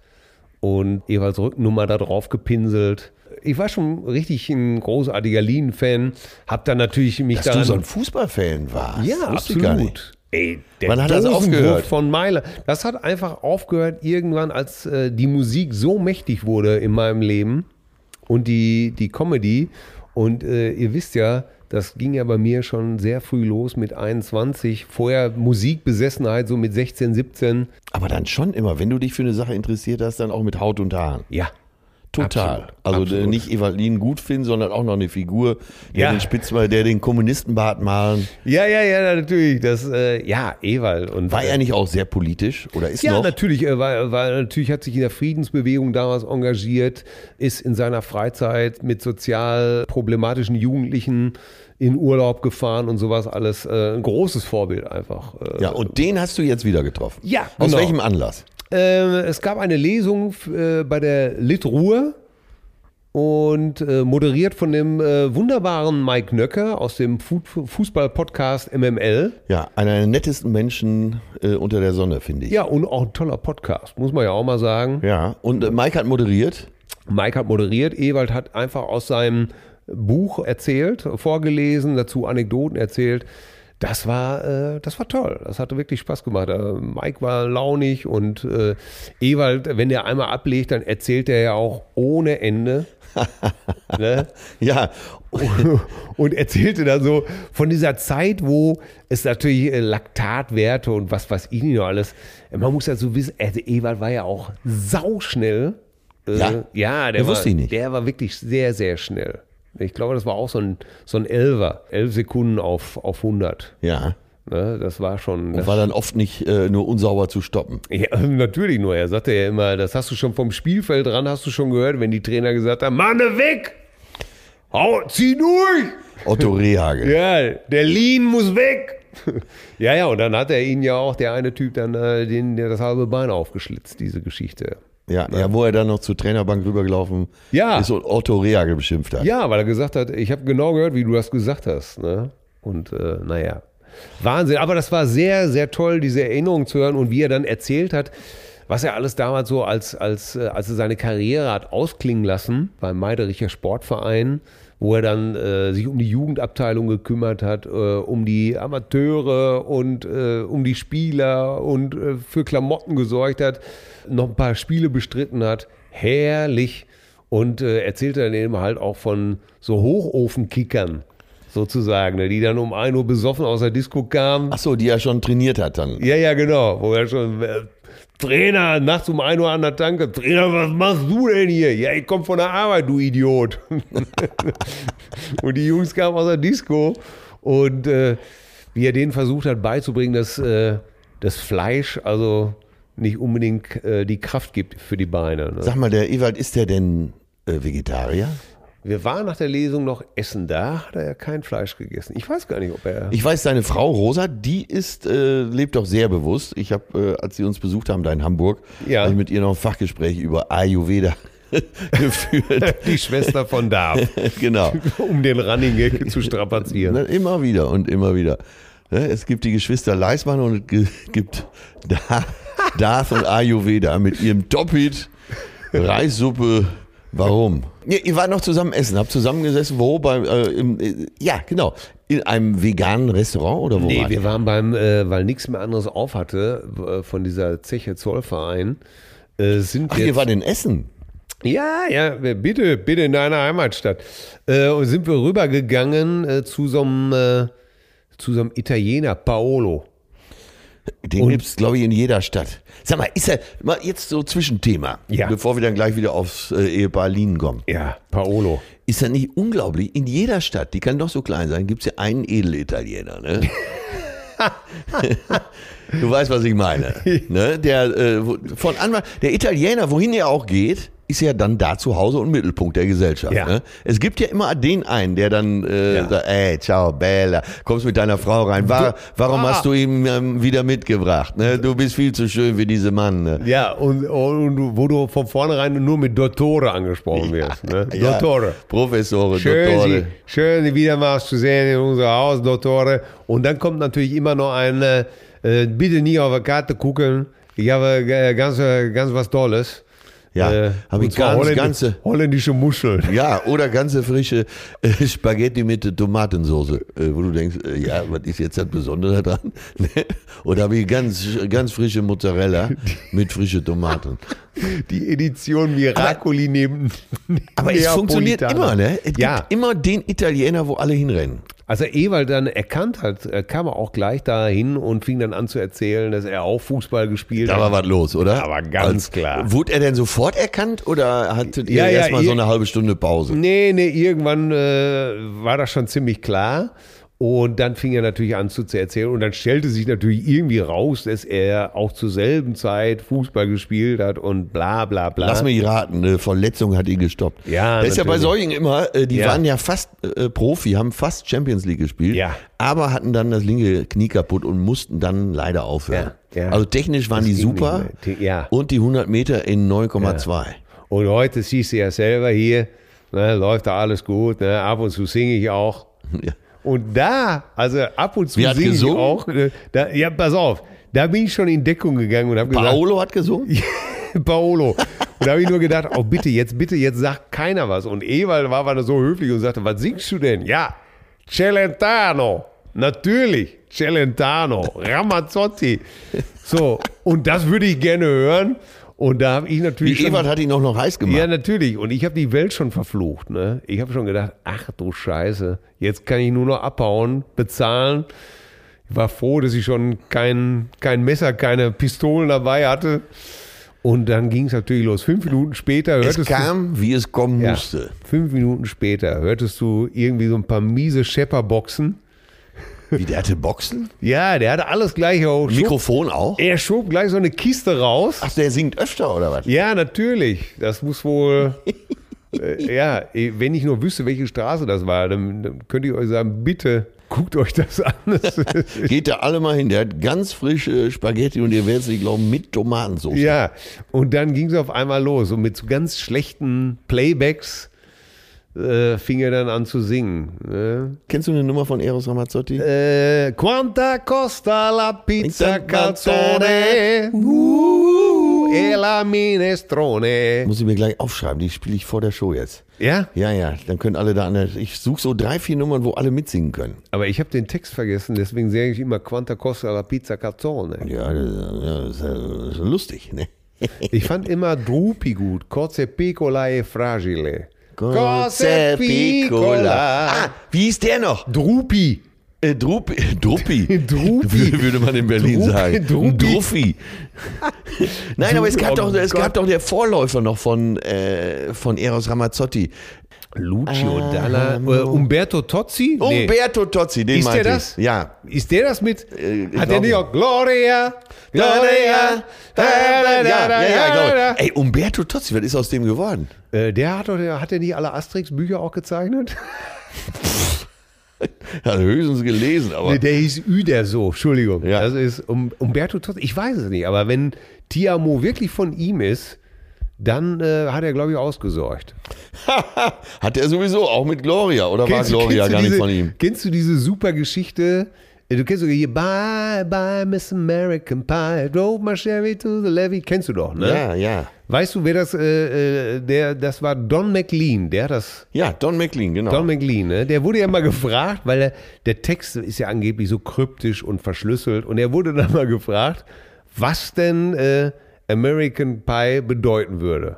S2: und Ewalds Rückennummer da drauf gepinselt. Ich war schon richtig ein großartiger Lien-Fan, hab dann natürlich mich
S1: Dass
S2: daran...
S1: du so ein Fußballfan warst.
S2: also ja,
S1: wusste ich gar nicht.
S2: absolut. Ey, der
S1: Wann hat das
S2: Dosenwurf
S1: aufgehört?
S2: von Meiler. Das hat einfach aufgehört irgendwann, als äh, die Musik so mächtig wurde in meinem Leben und die, die Comedy. Und äh, ihr wisst ja, das ging ja bei mir schon sehr früh los mit 21. Vorher Musikbesessenheit, so mit 16, 17.
S1: Aber dann schon immer, wenn du dich für eine Sache interessiert hast, dann auch mit Haut und Haaren.
S2: Ja.
S1: Total.
S2: Absolut,
S1: Also
S2: absolut.
S1: nicht Evalin gut finden, sondern auch noch eine Figur, der
S2: Ja.
S1: den Spitzball, der den Kommunistenbart malen.
S2: Ja, ja, ja, natürlich. Das, äh, ja, Ewald. Und
S1: War er nicht auch sehr politisch oder ist
S2: Ja,
S1: noch?
S2: natürlich, äh, weil, weil natürlich hat sich in der Friedensbewegung damals engagiert, ist in seiner Freizeit mit sozial problematischen Jugendlichen in Urlaub gefahren und sowas alles. Äh, ein großes Vorbild einfach. Äh,
S1: Ja, und den hast du jetzt wieder getroffen.
S2: Ja,
S1: Aus
S2: genau.
S1: welchem Anlass?
S2: äh, es gab eine Lesung f- äh, bei der Lit Ruhr und äh, moderiert von dem äh, wunderbaren Mike Nöcke aus dem Fu Fußball-Podcast MML.
S1: Ja, einer der nettesten Menschen äh, unter der Sonne, finde ich.
S2: Ja, und auch ein toller Podcast, muss man ja auch mal sagen.
S1: Ja, und äh, Mike hat moderiert.
S2: Mike hat moderiert, Ewald hat einfach aus seinem Buch erzählt, vorgelesen, dazu Anekdoten erzählt. Das war, äh, das war toll. Das hatte wirklich Spaß gemacht. Äh, Mike war launig und äh, Ewald, wenn der einmal ablegt, dann erzählt er ja auch ohne Ende. ne?
S1: Ja,
S2: und erzählte da so von dieser Zeit, wo es natürlich äh, Laktatwerte und was weiß ich nicht noch alles. Man muss dazu wissen, also Ewald war ja auch sauschnell. Äh,
S1: Ja?
S2: ja der,
S1: Das
S2: war,
S1: wusste ich nicht.
S2: der war wirklich sehr, sehr schnell. Ich glaube, das war auch so ein, so ein Elfer. Elf Sekunden auf, auf 100.
S1: ja.
S2: Ne? Das war schon.
S1: Und war dann oft nicht äh, nur unsauber zu stoppen.
S2: ja, natürlich nur. Er sagte ja immer, das hast du schon vom Spielfeld ran, hast du schon gehört, wenn die Trainer gesagt haben: Manne weg! Hau, zieh durch!
S1: Otto Rehagel.
S2: Ja, der Lean muss weg. ja, ja, und dann hat er ihn ja auch, der eine Typ, dann äh, den, der das halbe Bein aufgeschlitzt, diese Geschichte.
S1: Ja, ja, wo er dann noch zur Trainerbank rübergelaufen
S2: Ja.
S1: ist und Otto Rehagel beschimpft hat.
S2: Ja, weil er gesagt hat, ich habe genau gehört, wie du das gesagt hast. Ne? Und äh, naja, Wahnsinn. Aber das war sehr, sehr toll, diese Erinnerung zu hören und wie er dann erzählt hat, was er alles damals so als, als, äh, als er seine Karriere hat ausklingen lassen beim Meidericher Sportverein, wo er dann äh, sich um die Jugendabteilung gekümmert hat, äh, um die Amateure und äh, um die Spieler und äh, für Klamotten gesorgt hat, noch ein paar Spiele bestritten hat. Herrlich. Und äh, erzählte dann eben halt auch von so Hochofenkickern sozusagen, ne, die dann um 1 Uhr besoffen aus der Disco kamen.
S1: Achso, die er schon trainiert hat dann.
S2: Ja, ja, genau. Wo er schon, äh, Trainer, nachts um 1 Uhr an der Tanke, Trainer, was machst du denn hier? Ja, ich komme von der Arbeit, du Idiot. und die Jungs kamen aus der Disco und äh, wie er denen versucht hat beizubringen, dass äh, das Fleisch also nicht unbedingt äh, die Kraft gibt für die Beine. Ne?
S1: Sag mal, der Ewald, ist der denn äh, Vegetarier?
S2: Wir waren nach der Lesung noch essen da, hat er ja kein Fleisch gegessen. Ich weiß gar nicht, ob er...
S1: Ich weiß, deine Frau Rosa, die ist, äh, lebt doch sehr bewusst. Ich habe, äh, als sie uns besucht haben da in Hamburg,
S2: Ja.
S1: hab ich mit ihr noch ein Fachgespräch über Ayurveda geführt.
S2: die Schwester von Darf,
S1: genau.
S2: um den Running Gag zu strapazieren.
S1: Ne, Immer wieder und immer wieder. Ne, Es gibt die Geschwister Leismann und es ge- gibt Da- Darth und Ayurveda mit ihrem Doppelt Reissuppe. Warum? Ja, ihr wart noch zusammen essen, habt zusammengesessen, wo? Bei, äh, im, äh, ja, genau. In einem veganen Restaurant oder wo?
S2: Nee,
S1: wart ihr?
S2: wir waren beim, äh, weil nichts mehr anderes auf hatte äh, von dieser Zeche Zollverein. Äh, sind
S1: Ach,
S2: wir
S1: ihr wart in Essen.
S2: ja, ja, wir- bitte, bitte in deiner Heimatstadt. Äh, und sind wir rübergegangen äh, zu so einem äh, zu so einem Italiener, Paolo.
S1: Den
S2: Und-
S1: gibt's glaube ich, in jeder Stadt. Sag mal, ist er mal jetzt so Zwischenthema,
S2: Ja.
S1: bevor wir dann gleich wieder aufs äh, Ehepaar Lien kommen.
S2: Ja, Paolo.
S1: Ist das nicht unglaublich? In jeder Stadt, die kann doch so klein sein, gibt's ja einen Edelitaliener, ne? du weißt, was ich meine. Ne? Der, äh, wo- von Anfang, der Italiener, wohin er auch geht, ist ja dann da zu Hause und Mittelpunkt der Gesellschaft.
S2: Ja.
S1: Ne? Es gibt ja immer den einen, der dann äh,
S2: Ja.
S1: sagt, ey, ciao, Bella, kommst mit deiner Frau rein. Wa- warum
S2: Ah.
S1: hast du ihn ähm, wieder mitgebracht? Ne? Du bist viel zu schön für diese Mann. Ne?
S2: Ja, und, und wo du von vornherein nur mit Dottore angesprochen wirst. Ne?
S1: Ja,
S2: Dottore.
S1: Professore,
S2: Schön
S1: Dottore.
S2: Sie, schön, Sie wieder mal zu sehen in unserem Haus, Dottore. Und dann kommt natürlich immer noch ein, äh, äh, bitte nie auf eine Karte gucken. Ich habe äh, ganz, äh, ganz was Tolles. Äh,
S1: Ja, habe
S2: und
S1: ich
S2: zwar
S1: ganz,
S2: Holländi-
S1: ganze-
S2: Holländische Muscheln.
S1: Ja, oder ganze frische äh, Spaghetti mit äh, Tomatensoße, äh, wo du denkst, äh, ja, was ist jetzt das Besondere daran? Ne? oder wie ganz, ganz frische Mozzarella mit frische Tomaten.
S2: Die Edition Miracoli neben.
S1: Aber es
S2: Neapolitaner.
S1: funktioniert immer, ne? Es
S2: Ja.
S1: gibt immer den Italiener, wo alle hinrennen.
S2: Als er Also Ewald dann erkannt hat, äh, kam er auch gleich dahin und fing dann an zu erzählen, dass er auch Fußball gespielt
S1: Da
S2: hat.
S1: war was los, oder?
S2: Aber ganz klar.
S1: Wurde er denn sofort erkannt oder hattet ihr
S2: Ja, ja,
S1: erstmal so
S2: ihr-
S1: eine halbe Stunde Pause?
S2: Nee, nee, irgendwann äh, war das schon ziemlich klar. Und dann fing er natürlich an zu zu erzählen. Und dann stellte sich natürlich irgendwie raus, dass er auch zur selben Zeit Fußball gespielt hat und bla bla bla.
S1: Lass mich raten, eine Verletzung hat ihn gestoppt.
S2: Ja,
S1: das ist ja bei
S2: natürlich.
S1: solchen immer, äh, die
S2: Ja.
S1: waren ja fast äh, Profi, haben fast Champions League gespielt,
S2: Ja.
S1: aber hatten dann das linke Knie kaputt und mussten dann leider aufhören.
S2: Ja, ja.
S1: Also technisch waren
S2: Das
S1: die
S2: ging
S1: super
S2: nicht mehr. Te- ja.
S1: und die 100 Meter in 9,2.
S2: Und heute siehst du ja selber hier, ne, läuft da alles gut. Ne, ab und zu singe ich auch.
S1: Ja.
S2: Und da, also ab und zu
S1: Wer hat
S2: singe ich
S1: gesungen?
S2: auch. Ne, da, ja, pass auf, da bin ich schon in Deckung gegangen und habe gesagt,
S1: Paolo hat gesungen?
S2: Paolo. Und da habe ich nur gedacht, oh bitte, jetzt, bitte, jetzt sagt keiner was. Und Ewald war aber so höflich und sagte, was singst du denn? Ja, Celentano. Natürlich, Celentano, Ramazzotti. So, und das würde ich gerne hören. Und da habe ich natürlich.
S1: Die
S2: schon-
S1: Ewald hat ihn auch noch heiß gemacht.
S2: ja, natürlich. Und ich habe die Welt schon verflucht. Ne? Ich habe schon gedacht, ach du Scheiße, jetzt kann ich nur noch abhauen, bezahlen. Ich war froh, dass ich schon kein, kein Messer, keine Pistolen dabei hatte. Und dann ging es natürlich los. Fünf Minuten später hörtest
S1: es kam, wie es kommen
S2: du, ja,
S1: musste.
S2: fünf Minuten später hörtest du irgendwie so ein paar miese Schepperboxen.
S1: Wie der hatte Boxen?
S2: Ja, der hatte alles gleich auch.
S1: Mikrofon auch?
S2: Er schob gleich so eine Kiste raus.
S1: Ach, der singt öfter oder was?
S2: Ja, natürlich. Das muss wohl. äh, ja, eh, wenn ich nur wüsste, welche Straße das war, dann, dann könnte ich euch sagen, bitte guckt euch das an. Das ist-
S1: Geht da alle mal hin. Der hat ganz frische Spaghetti und ihr werdet es nicht glauben, mit Tomatensauce.
S2: ja, und dann ging es auf einmal los und mit so ganz schlechten Playbacks äh, fing er dann an zu singen. Ne?
S1: Kennst du eine Nummer von Eros Ramazzotti?
S2: Äh, Quanta costa la pizza calzone?
S1: Uh,
S2: e la minestrone.
S1: Muss ich mir gleich aufschreiben, die spiele ich vor der Show jetzt.
S2: Ja,
S1: Ja, ja, dann können alle da an der. Ich suche so drei, vier Nummern, wo alle mitsingen können.
S2: aber ich habe den Text vergessen, deswegen sage ich immer Quanta costa la pizza cazzone.
S1: Ja, das, ja, das ist ja das ist ja lustig, ne?
S2: Ich fand immer Drupi gut, cozze piccola e fragile.
S1: Große Ah, wie hieß der noch?
S2: Drupi.
S1: Äh, Drupi. Drupi.
S2: Drupi.
S1: Würde man in Berlin
S2: Drupi,
S1: sagen.
S2: Drupi.
S1: Druffi. Nein, aber es gab,
S2: Oh
S1: doch, es
S2: Gott.
S1: gab doch der Vorläufer noch von, äh, von Eros Ramazzotti.
S2: Lucio
S1: Ah,
S2: Dalla. Äh, Umberto Tozzi? Nee.
S1: Umberto Tozzi, den
S2: Ist der
S1: meinte
S2: das?
S1: Ich. Ja.
S2: Ist der das mit?
S1: Äh, ich
S2: hat der
S1: glaub
S2: nicht auch Gloria? Gloria.
S1: Ja,
S2: da, da,
S1: ja,
S2: da, da,
S1: ja,
S2: da,
S1: ja,
S2: da.
S1: genau. Ey, Umberto Tozzi, was ist aus dem geworden?
S2: Äh, Der hat doch, der- hat der nicht alle Asterix-Bücher auch gezeichnet?
S1: Hat höchstens gelesen, aber.
S2: Nee, der hieß Üder so, Entschuldigung.
S1: Ja.
S2: Das ist um, Umberto Tozzi. Ich weiß es nicht, aber wenn Tiamo wirklich von ihm ist, dann äh, hat er, glaube ich, ausgesorgt.
S1: Hat er sowieso, auch mit Gloria, oder
S2: Kennst du-
S1: war Gloria
S2: kennst du
S1: gar
S2: diese,
S1: nicht von ihm?
S2: Kennst du diese super Geschichte? Äh, Du kennst sogar hier Bye, bye, Miss American Pie, I drove my Chevy to the levee. Kennst du doch, ne?
S1: Ja, ja.
S2: Weißt du, wer das, äh, äh, der, das war Don McLean, der hat das,
S1: Ja, Don McLean, genau.
S2: Don McLean, ne? der wurde ja mal gefragt, weil er, der Text ist ja angeblich so kryptisch und verschlüsselt und er wurde dann mal gefragt, was denn äh, American Pie bedeuten würde.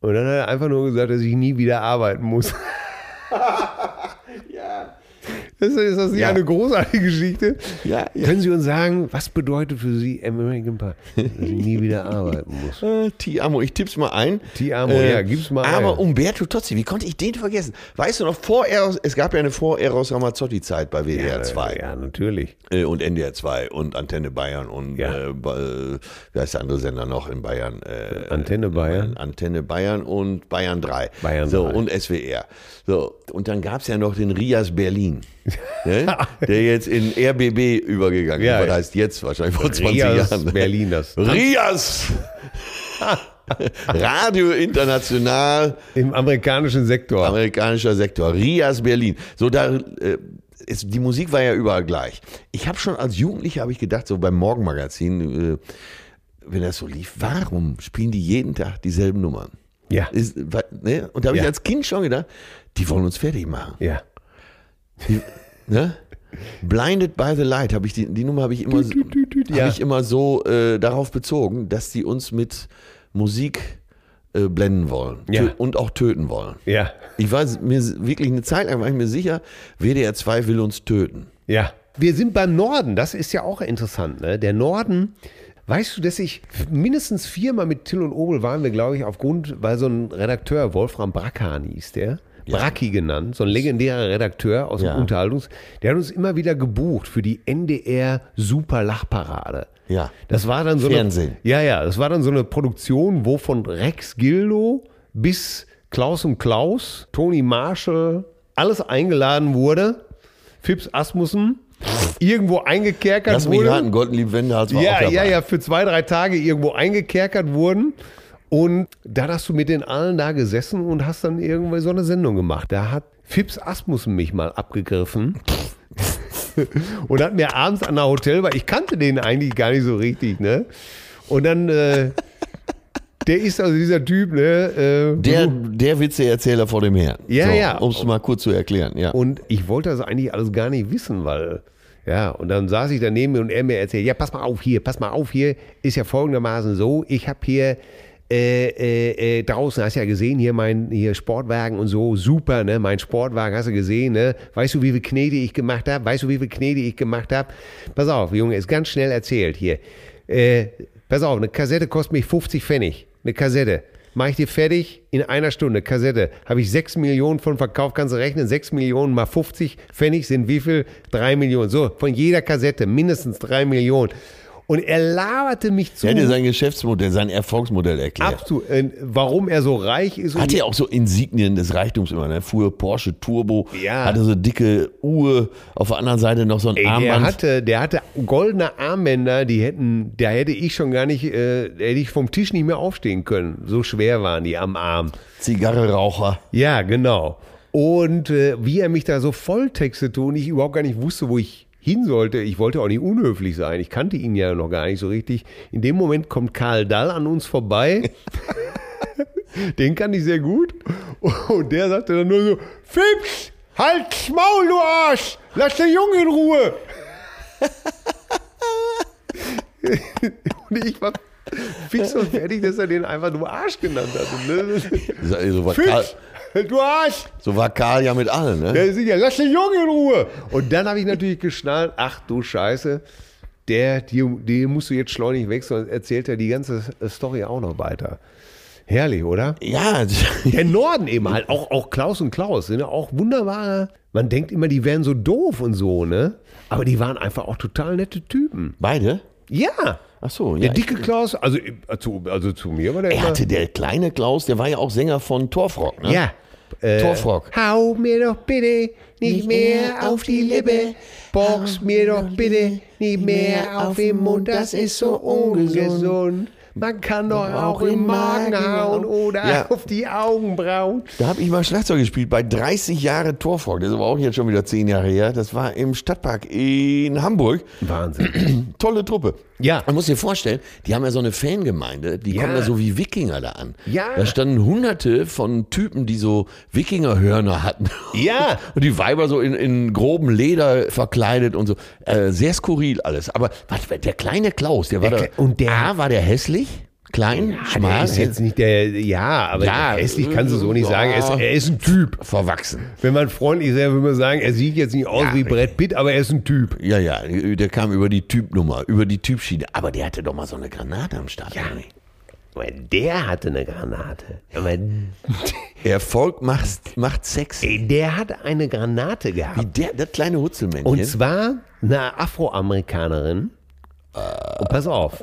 S2: Und dann hat er einfach nur gesagt, dass ich nie wieder arbeiten muss. Das ist, ist das nicht
S1: Ja.
S2: eine großartige Geschichte?
S1: Ja, ja.
S2: Können Sie uns sagen, was bedeutet für Sie American Pie? Dass ich nie wieder arbeiten muss.
S1: Äh, Ti Amo, ich tipp's mal ein. Ähm,
S2: Ti Amo, ja, gib's mal
S1: Aber
S2: ein.
S1: Umberto Tozzi, wie konnte ich den vergessen? Weißt du noch, vor Eros, es gab ja eine vor Eros Ramazzotti-Zeit bei WDR 2
S2: Ja, natürlich.
S1: äh, und NDR 2 und Antenne Bayern und
S2: Ja.
S1: äh, ba- wie heißt der andere Sender noch in Bayern? Äh,
S2: Antenne Bayern.
S1: Antenne Bayern und Bayern 3.
S2: Bayern
S1: so,
S2: 3.
S1: und SWR. So, und dann gab es ja noch den Rias Berlin, ne? der jetzt in RBB übergegangen
S2: Ja,
S1: ist.
S2: ja.
S1: Was heißt jetzt wahrscheinlich vor 20
S2: Rias
S1: Jahren? ne?
S2: Berlin, das-
S1: Rias! Radio International
S2: Im amerikanischen Sektor.
S1: amerikanischer Sektor, Rias Berlin. So da äh, ist, die Musik war ja überall gleich. Ich habe schon als Jugendlicher habe ich gedacht, so beim Morgenmagazin, äh, wenn das so lief, warum spielen die jeden Tag dieselben Nummern?
S2: Ja.
S1: Ist, wa- ne? Und da habe
S2: Ja.
S1: ich als Kind schon gedacht, die wollen uns fertig machen.
S2: ja.
S1: Ne? Blinded by the Light habe ich die, die Nummer habe ich immer,
S2: Tüt, tüt, tüt, ja.
S1: habe ich immer so äh, darauf bezogen, dass die uns mit Musik äh, blenden wollen
S2: Ja.
S1: Tö- und auch töten wollen.
S2: Ja.
S1: Ich war mir wirklich eine Zeit lang war ich mir sicher, WDR 2 will uns töten.
S2: Ja. Wir sind beim Norden, das ist ja auch interessant. Ne? Der Norden, weißt du, dass ich mindestens viermal mit Till und Obel waren wir, glaube ich, aufgrund, weil so ein Redakteur, Wolfram Brackhahn hieß der, Bracki genannt, so ein legendärer Redakteur aus
S1: Ja.
S2: dem Unterhaltungs, der hat uns immer wieder gebucht für die NDR Super Lachparade.
S1: Ja.
S2: Das war dann so
S1: Fernsehen.
S2: Eine, ja, ja, das war dann so eine Produktion, wo von Rex Gildo bis Klaus und Klaus, Toni Marshall, alles eingeladen wurde. Fips Asmussen irgendwo eingekerkert
S1: Lass mich
S2: wurde.
S1: raten, Goldenlieb Wendehals war auch
S2: ja,
S1: dabei.
S2: ja, ja, für zwei, drei Tage irgendwo eingekerkert wurden. Und da hast du mit den allen da gesessen und hast dann irgendwie so eine Sendung gemacht. Da hat Fips Asmussen mich mal abgegriffen. und hat mir abends an der Hotelbar, ich kannte den eigentlich gar nicht so richtig, ne? Und dann, äh, der ist also dieser Typ, ne? Äh,
S1: Der, der Witzeerzähler vor dem Herrn.
S2: Ja,
S1: so,
S2: ja.
S1: Um es mal kurz zu erklären. Ja.
S2: Und ich wollte das eigentlich alles gar nicht wissen, weil, ja, und dann saß ich daneben und er mir erzählt, ja, pass mal auf hier, pass mal auf hier, ist ja folgendermaßen so, ich habe hier äh, äh, äh, draußen, hast ja gesehen, hier mein hier Sportwagen und so, super, ne, mein Sportwagen, hast du gesehen, ne, weißt du, wie viel Knete ich gemacht habe, weißt du, wie viel Knete ich gemacht habe, pass auf, Junge, ist ganz schnell erzählt hier, äh, pass auf, eine Kassette kostet mich 50 Pfennig, eine Kassette, Mache ich dir fertig in einer Stunde. Kassette. Habe ich 6 Millionen von verkauft. Kannst du rechnen? 6 Millionen mal 50 Pfennig sind wie viel? 3 Millionen. So, von jeder Kassette mindestens 3 Millionen. Und er laberte mich zu.
S1: der hat dir sein Geschäftsmodell, sein Erfolgsmodell erklärt.
S2: Oh. absolut, äh, warum er so reich ist. und-
S1: Hat ja auch so Insignien des Reichtums immer. Ne? Fuhr Porsche Turbo,
S2: Ja.
S1: hatte so dicke Uhr, auf der anderen Seite noch so ein
S2: Ey, der,
S1: Armband.
S2: hatte, der hatte goldene Armbänder, die hätten, da hätte ich schon gar nicht, äh, hätte ich vom Tisch nicht mehr aufstehen können. So schwer waren die am Arm.
S1: Zigarreraucher.
S2: Ja, genau. Und äh, wie er mich da so volltextete und ich überhaupt gar nicht wusste, wo ich hin sollte. Ich wollte auch nicht unhöflich sein. Ich kannte ihn ja noch gar nicht so richtig. In dem Moment kommt Karl Dall an uns vorbei. Den kann ich sehr gut. Und der sagte dann nur so: Fips, halt's Maul, du Arsch! Lass den Jungen in Ruhe! und ich war fix und fertig, dass er den einfach nur Arsch genannt hatte. Ne?
S1: So war, Karl,
S2: Fips, du Arsch!
S1: so war Karl ja mit allen, ne?
S2: Der ist sicher, lass den Jungen in Ruhe. Und dann habe ich natürlich geschnallt, ach du Scheiße, der, den, den musst du jetzt schleunig wechseln. Sonst Erzählt er die ganze äh, Story auch noch weiter. Herrlich, oder?
S1: Ja,
S2: Der Norden eben halt, auch, auch Klaus und Klaus sind ja auch wunderbare. Man denkt immer, die wären so doof und so, ne? Aber die waren einfach auch total nette Typen.
S1: beide?
S2: Ja.
S1: Ach so, ja.
S2: Der dicke Klaus, also, äh, zu, also zu mir war der
S1: Er
S2: immer,
S1: hatte der kleine Klaus, der war ja auch Sänger von Torfrock, ne?
S2: Ja. Äh,
S1: Torfrock.
S2: Hau mir doch bitte nicht mehr auf die Lippe. Box mir doch bitte nicht mehr auf den Mund. Das ist so ungesund. Man kann doch auch im Magen hauen oder
S1: Ja.
S2: auf die Augenbrauen.
S1: Da habe ich mal Schlagzeug gespielt bei 30 Jahre Torfrock. Das ist aber auch jetzt schon wieder 10 Jahre her. Das war im Stadtpark in Hamburg.
S2: Wahnsinn.
S1: Tolle Truppe.
S2: Ja.
S1: Man muss dir vorstellen, die haben ja so eine Fangemeinde, die
S2: Ja.
S1: kommen da so wie Wikinger da an.
S2: Ja.
S1: Da standen hunderte von Typen, die so Wikingerhörner hatten.
S2: Ja.
S1: Und die Weiber so in, in groben Leder verkleidet und so. Äh, sehr skurril alles. Aber warte, der kleine Klaus, der war
S2: Der
S1: da.
S2: Kle- und der-
S1: A, war der hässlich? Klein, schmal,
S2: ist jetzt nicht der, ja, aber
S1: Ja,
S2: hässlich kannst du so nicht
S1: ja.
S2: sagen. Er ist, er ist ein Typ.
S1: verwachsen.
S2: Wenn man freundlich wäre, würde man sagen, er sieht jetzt nicht aus
S1: Ja.
S2: wie Brad Pitt, aber er ist ein Typ.
S1: Ja, ja, der kam über die Typnummer, über die Typschiene. Aber der hatte doch mal so eine Granate am Start. oder nicht?
S2: Aber der hatte eine Granate. Aber
S1: Erfolg macht, macht Sex.
S2: Ey, Der hat eine Granate
S1: Wie
S2: gehabt.
S1: der, das kleine Hutzelmännchen.
S2: Und zwar eine Afroamerikanerin. Äh, Und pass auf.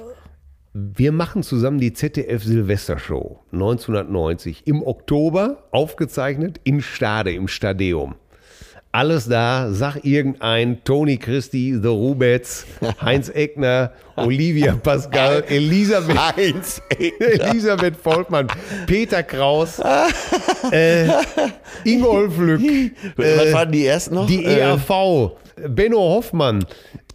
S2: Wir machen zusammen die ZDF Silvestershow 1990 im Oktober aufgezeichnet in Stade, im Stadeum. Alles da, sag irgendein, Toni Christi, The Rubets, Heinz Eckner, Olivia Pascal, Elisabeth
S1: Eins, ey.
S2: Elisabeth Volkmann, Peter Kraus, äh, Ingolf Lück,
S1: Äh, Was waren die ersten noch?
S2: die
S1: Äh,
S2: ERV, Benno Hoffmann,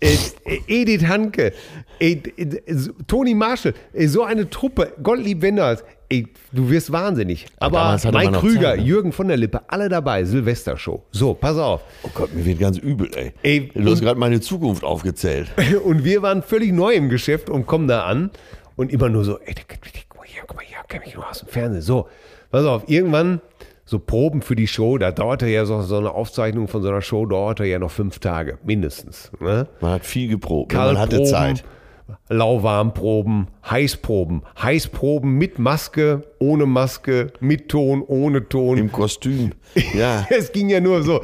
S2: äh, äh, Edith Hanke, äh, äh, so- Toni Marschall, äh, so eine Truppe, Gottlieb Wenders, ey, du wirst wahnsinnig. Aber
S1: damals hatte man
S2: Mike
S1: noch
S2: Krüger,
S1: Zeit, ne?
S2: Jürgen von der Lippe, alle dabei, Silvestershow. So, pass auf.
S1: oh Gott, mir wird ganz übel, ey.
S2: Ey,
S1: du hast gerade meine Zukunft aufgezählt.
S2: Und wir waren völlig neu im Geschäft und kommen da an und immer nur so, ey, da- guck mal hier, guck mal hier, kenn mich nur aus dem Fernsehen. So, pass auf, irgendwann so Proben für die Show, da dauerte ja so, so eine Aufzeichnung von so einer Show, dauerte ja noch fünf Tage, mindestens. Ne?
S1: Man hat viel geprobt. ne? Man hatte Zeit.
S2: Lauwarmproben, Heißproben, Heißproben mit Maske, ohne Maske, mit Ton, ohne Ton.
S1: Im Kostüm. Ja.
S2: Es ging ja nur so.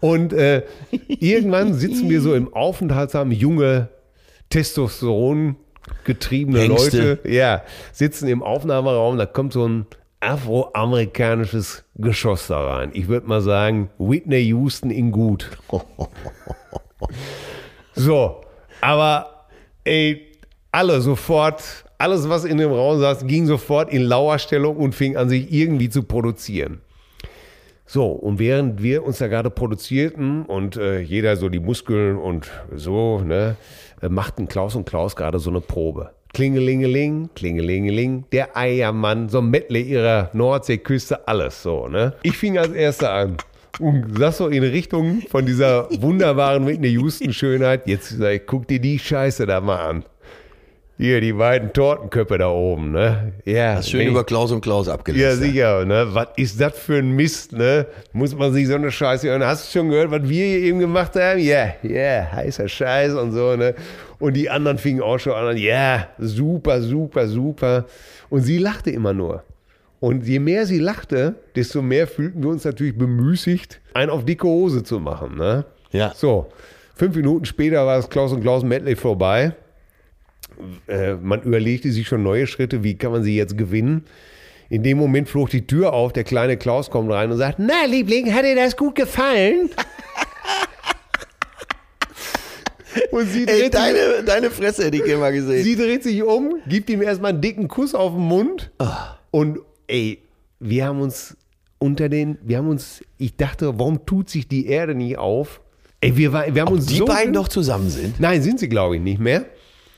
S2: Und äh, irgendwann sitzen wir so im Aufenthaltsraum, junge Testosteron getriebene
S1: Hengste.
S2: Leute, ja, sitzen im Aufnahmeraum, da kommt so ein afroamerikanisches Geschoss da rein. Ich würde mal sagen, Whitney Houston in gut. So, aber ey, alle sofort, alles was in dem Raum saß, ging sofort in Lauerstellung und fing an sich irgendwie zu produzieren. So, und während wir uns da gerade produzierten und äh, jeder so die Muskeln und so, ne, äh, machten Klaus und Klaus gerade so eine Probe. Klingelingeling, klingelingeling, der Eiermann, so ein Medley ihrer Nordseeküste, alles so, ne. Ich fing als Erster an und saß so in Richtung von dieser wunderbaren Whitney Houston-Schönheit. Jetzt sag ich, guck dir die Scheiße da mal an. Hier, die beiden Tortenköpfe da oben, ne. Ja,
S1: Hast schön
S2: wenn ich-
S1: über Klaus und Klaus
S2: ja,
S1: abgelästert.
S2: sicher. Ne? Was ist das für ein Mist? Ne? Muss man sich so eine Scheiße hören? Hast du schon gehört, was wir hier eben gemacht haben? Ja, ja, heißer Scheiß und so. Ne? Und die anderen fingen auch schon an. Ja, super, super, super. Und sie lachte immer nur. Und je mehr sie lachte, desto mehr fühlten wir uns natürlich bemüßigt, einen auf dicke Hose zu machen. Ne?
S1: Ja.
S2: So, fünf Minuten später war es Klaus und Klaus Medley vorbei. Äh, man überlegte sich schon neue Schritte, wie kann man sie jetzt gewinnen. In dem Moment flog die Tür auf, der kleine Klaus kommt rein und sagt, na Liebling, hat dir das gut gefallen? und sie
S1: Ey,
S2: dreht, sich,
S1: deine, deine Fresse hätte ich immer gesehen.
S2: sie dreht sich um, gibt ihm erstmal einen dicken Kuss auf den Mund und ey, wir haben uns unter den, wir haben uns, ich dachte, warum tut sich die Erde nie auf? Ey, wir, war, wir haben uns
S4: Die
S2: so
S4: beiden doch zusammen sind.
S2: Nein, sind sie, glaube ich, nicht mehr.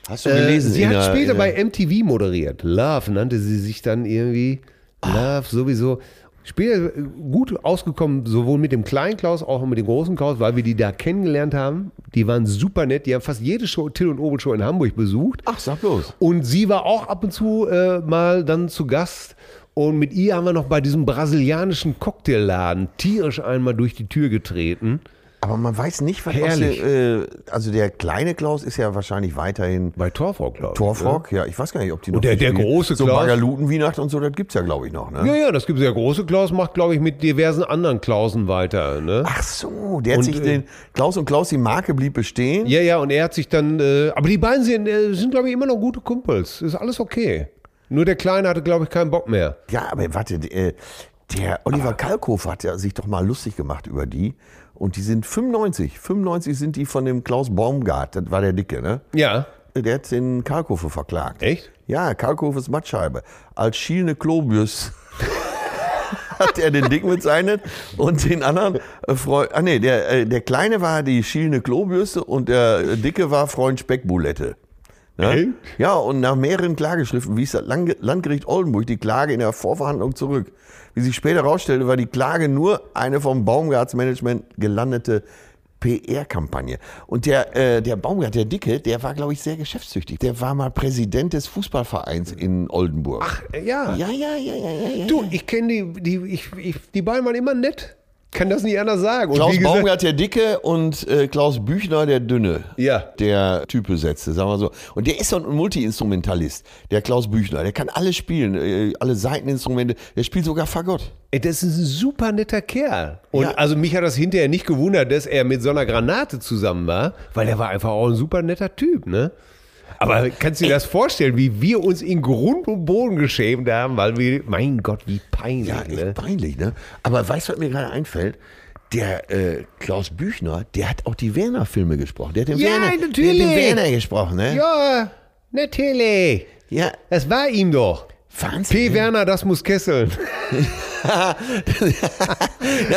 S4: Hast du
S2: Äh,
S4: gelesen?
S2: sie
S4: in
S2: hat
S4: der-
S2: später
S4: in der-
S2: bei MTV moderiert. Love nannte sie sich dann irgendwie. Love sowieso. Später äh, gut ausgekommen, sowohl mit dem kleinen Klaus, auch mit dem großen Klaus, weil wir die da kennengelernt haben. Die waren super nett. Die haben fast jede Show, Till und Obel Show in Hamburg besucht.
S4: Ach, sag bloß.
S2: Und sie war auch ab und zu äh, mal dann zu Gast. Und mit ihr haben wir noch bei diesem brasilianischen Cocktailladen tierisch einmal durch die Tür getreten.
S1: Aber man weiß nicht, was
S2: Herrlich.
S1: aus der, äh, also der kleine Klaus ist ja wahrscheinlich weiterhin
S2: Bei Torfrock, glaube ich.
S1: Torfrock, ja. ich weiß gar nicht, ob die noch
S2: der- der
S1: spielen.
S2: große
S1: so
S2: Klaus.
S1: Bagaluten-Weihnachten und so, das gibt's ja glaube ich noch, ne?
S2: Ja, ja, das gibt's ja. Große Klaus macht, glaube ich, mit diversen anderen Klausen weiter. Ne?
S1: Ach so, der hat
S2: Und,
S1: sich
S2: äh,
S1: den Klaus und Klaus die Marke blieb bestehen.
S2: Ja, ja, und er hat sich dann. Äh, aber die beiden sind, äh, sind glaube ich, immer noch gute Kumpels. Ist alles okay. Nur der Kleine hatte, glaube ich, keinen Bock mehr.
S1: Ja, aber warte, äh, der Oliver Kalkofe hat ja sich doch mal lustig gemacht über die. Und die sind 95. 95 sind die von dem Klaus Baumgart, das war der Dicke, ne?
S2: Ja.
S1: Der hat den Kalkofe verklagt.
S2: Echt?
S1: Ja, Kalkofes Mattscheibe. Als schielende Klobüs hat er den Dicken bezeichnet und den anderen äh, Freund. Ah nee, der, äh, der Kleine war die schielende Klobürste und der äh, Dicke war Freund Speckbulette.
S2: Echt?
S1: Ne? Ja, und nach mehreren Klageschriften wies das Lang- Landgericht Oldenburg die Klage in der Vorverhandlung zurück. Wie sich später herausstellte, war die Klage nur eine vom Baumgarts Management gelandete PR-Kampagne. Und der, äh, der Baumgart, der Dicke, der war, glaube ich, sehr geschäftstüchtig. Der war mal Präsident des Fußballvereins in Oldenburg. Ach,
S2: Äh, Ja.
S1: ja, ja, ja, ja, ja. ja.
S2: Du, ich kenne die, die, ich, ich, die beiden waren immer nett. Kann das nicht anders sagen. Und
S1: Klaus
S2: wie gesagt-
S1: Baumgart, der Dicke und äh, Klaus Büchner, der Dünne.
S2: Ja.
S1: Der Typ besetzte, sagen wir so. Und der ist so ein Multiinstrumentalist, der Klaus Büchner. Der kann alles spielen, äh, alle Seiteninstrumente. Der spielt sogar Fagott.
S2: Ey, das ist ein super netter Kerl. Und
S1: Ja.
S2: also mich hat das hinterher nicht gewundert, dass er mit so einer Granate zusammen war, weil er war einfach auch ein super netter Typ, ne? Aber kannst du dir das vorstellen, wie wir uns in Grund und Boden geschämt haben, weil wir, mein Gott, wie peinlich,
S1: Ja, echt
S2: ne?
S1: peinlich, ne? Aber weißt du, was mir gerade einfällt? Der äh, Klaus Büchner, der hat auch die Werner-Filme gesprochen. Der hat den,
S2: Ja,
S1: Werner,
S2: natürlich.
S1: Der hat den Werner gesprochen, ne?
S2: Ja, natürlich.
S1: ja.
S2: Das war ihm doch. P.
S1: Wahnsinn. ne?
S2: Werner, das muss kesseln.
S1: Ja,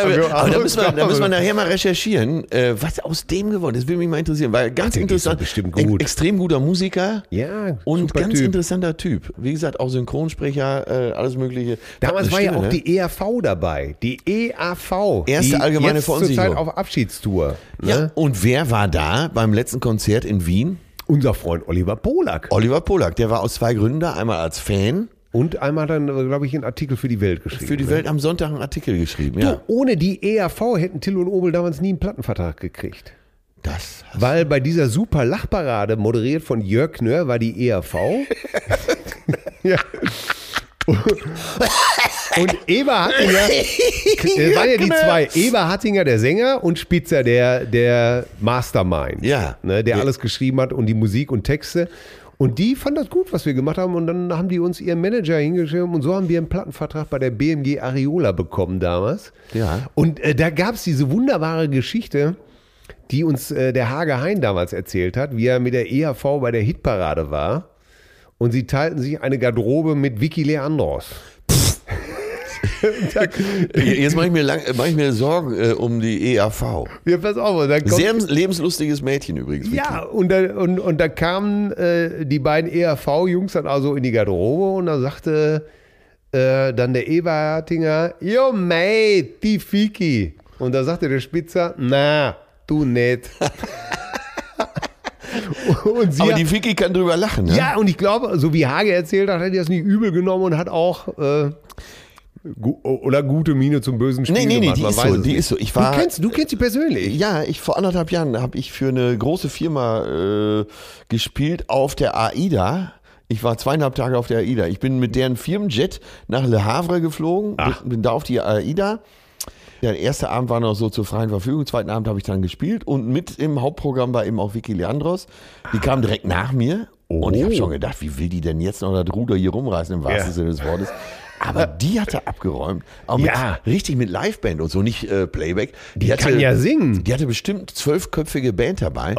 S2: wir
S1: aber, aber da,
S2: auch
S1: müssen wir, da
S2: glauben.
S1: müssen wir nachher mal recherchieren, äh, was aus dem geworden ist. Das würde mich mal interessieren, weil ganz
S2: der ist doch
S1: interessant.
S2: bestimmt
S1: e-
S2: gut.
S1: Extrem guter Musiker.
S2: Ja,
S1: Und
S2: super
S1: ganz
S2: Typ.
S1: interessanter Typ. Wie gesagt, auch Synchronsprecher, äh, alles Mögliche.
S2: Damals
S1: Eine
S2: war ja
S1: Stimme,
S2: auch
S1: ne?
S2: die EAV dabei. Die EAV.
S1: Erste
S2: die
S1: allgemeine
S2: jetzt
S1: Verunsicherung.
S2: Zurzeit auf Abschiedstour. Ne?
S1: Ja, und wer war da beim letzten Konzert in Wien?
S2: Unser Freund Oliver Polak.
S1: Oliver Polak. Der war aus zwei Gründen da. Einmal als Fan
S2: Und einmal dann, glaube ich, einen Artikel für die Welt geschrieben.
S1: für die Welt am Sonntag einen Artikel geschrieben.
S2: Du,
S1: Ja,
S2: ohne die EAV hätten Till und Obel damals nie einen Plattenvertrag gekriegt.
S1: das.
S2: Weil bei dieser super Lachparade, moderiert von Jörg Knör, war die EAV. ja. Und Eber Hattinger, das Äh, waren ja die zwei, Eber Hattinger, der Sänger und Spitzer, der, der Mastermind,
S1: Ja.
S2: ne, der
S1: Ja.
S2: alles geschrieben hat und die Musik und Texte. Und die fanden das gut, was wir gemacht haben. Und dann haben die uns ihren Manager hingeschrieben. Und so haben wir einen Plattenvertrag bei der BMG Ariola bekommen damals.
S1: Ja.
S2: Und äh, da gab es diese wunderbare Geschichte, die uns äh, der Hage Hein damals erzählt hat, wie er mit der EHV bei der Hitparade war. Und sie teilten sich eine Garderobe mit Vicky Leandros. Und dann,
S1: genau. Jetzt mache ich mir, lang, mach ich mir Sorgen äh, um die EAV.
S2: ja, pass auf, und dann kommt,
S1: Sehr lebenslustiges Mädchen übrigens.
S2: ja, und da, und, und da kamen äh, die beiden ERV-Jungs dann also in die Garderobe und da sagte äh, dann der Ebertinger, yo mate, die Fiki. Und da sagte der Spitzer, na, du nicht. und sie
S1: Aber
S2: hat-
S1: die Vicky kann drüber lachen. Ne?
S2: Ja, und ich glaube, so wie Hage erzählt hat, hat er das nicht übel genommen und hat auch äh, gu oder gute Miene zum bösen Spiel
S1: Nee, nee, nee,
S2: gemacht.
S1: die
S2: Man
S1: ist
S2: weiß
S1: so,
S2: es
S1: die
S2: nicht.
S1: ist so. Ich
S2: du
S1: war,
S2: kennst, du kennst sie persönlich.
S1: ja, ich vor anderthalb Jahren habe ich für eine große Firma äh, gespielt auf der AIDA. Ich war zweieinhalb Tage auf der AIDA. Ich bin mit deren Firmenjet nach Le Havre geflogen, bin, bin da auf die AIDA. Der erste Abend war noch so zur freien Verfügung, zweiten Abend habe ich dann gespielt und mit im Hauptprogramm war eben auch Vicky Leandros. Die kam direkt nach mir und ich habe schon gedacht, wie will die denn jetzt noch das Ruder hier rumreißen im wahrsten
S2: Oh. Ja.
S1: Sinne des Wortes. Aber die hatte abgeräumt. Auch mit,
S2: Ja.
S1: Richtig mit Liveband und so, nicht äh, Playback. Die, hatte,
S2: kann ja singen. Oh.
S1: Die hatte bestimmt zwölfköpfige Band dabei.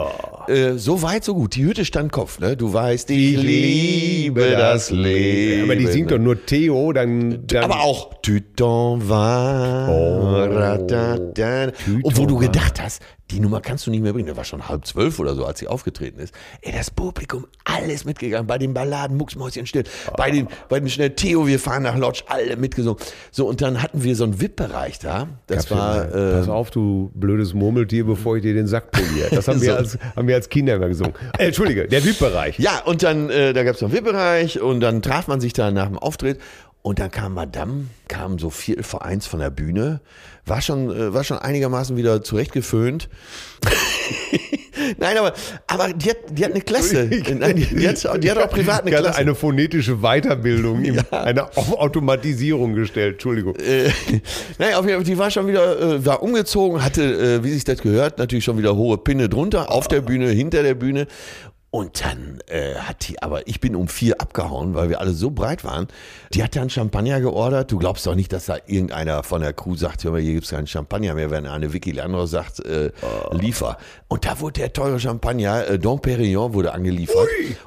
S1: Äh, so weit, so gut. Die Hütte stand Kopf, ne? Du weißt, ich, liebe das Leben.
S2: Aber die singt doch nur Theo, dann. dann
S1: Aber auch Tüton war.
S2: Oh.
S1: ratatan. Und wo du gedacht hast, die Nummer kannst du nicht mehr bringen. Der war schon halb zwölf oder so, als sie aufgetreten ist. Ey, das Publikum, alles mitgegangen. Bei den Balladen, Mucksmäuschen still. Bei den, bei den schnell Theo, wir fahren nach Lodge, alle mitgesungen. So, und dann hatten wir so einen VIP-Bereich da. Das war, äh,
S2: Pass auf, du blödes Murmeltier, bevor ich dir den Sack poliere. Das haben, wir,
S1: So.
S2: als, haben wir als Kinder immer gesungen. Äh, Entschuldige, der VIP-Bereich.
S1: Ja, und dann, äh, da gab es noch einen VIP-Bereich und dann traf man sich da nach dem Auftritt. Und dann kam Madame, kam so viertel vor eins von der Bühne, war schon, äh, war schon einigermaßen wieder zurechtgeföhnt. Nein, aber, aber die, hat, die hat eine Klasse. Nein, äh, die, die, hat, die hat auch privat eine
S2: Ich hatte
S1: Klasse.
S2: eine phonetische Weiterbildung, ihm eine Au- Automatisierung gestellt. Entschuldigung.
S1: äh, Naja, auf jeden Fall, die war schon wieder, äh, war umgezogen, hatte, äh, wie sich das gehört, natürlich schon wieder hohe Pinne drunter, auf der Bühne, hinter der Bühne. Und dann äh, hat die, aber ich bin um vier abgehauen, weil wir alle so breit waren. Die hat dann Champagner geordert. Du glaubst doch nicht, dass da irgendeiner von der Crew sagt, hör mal, hier gibt's keinen Champagner mehr, wenn eine Vicky Leandro sagt, äh,
S2: Oh.
S1: liefer. Und da wurde der teure Champagner, äh, Dom Perignon wurde angeliefert.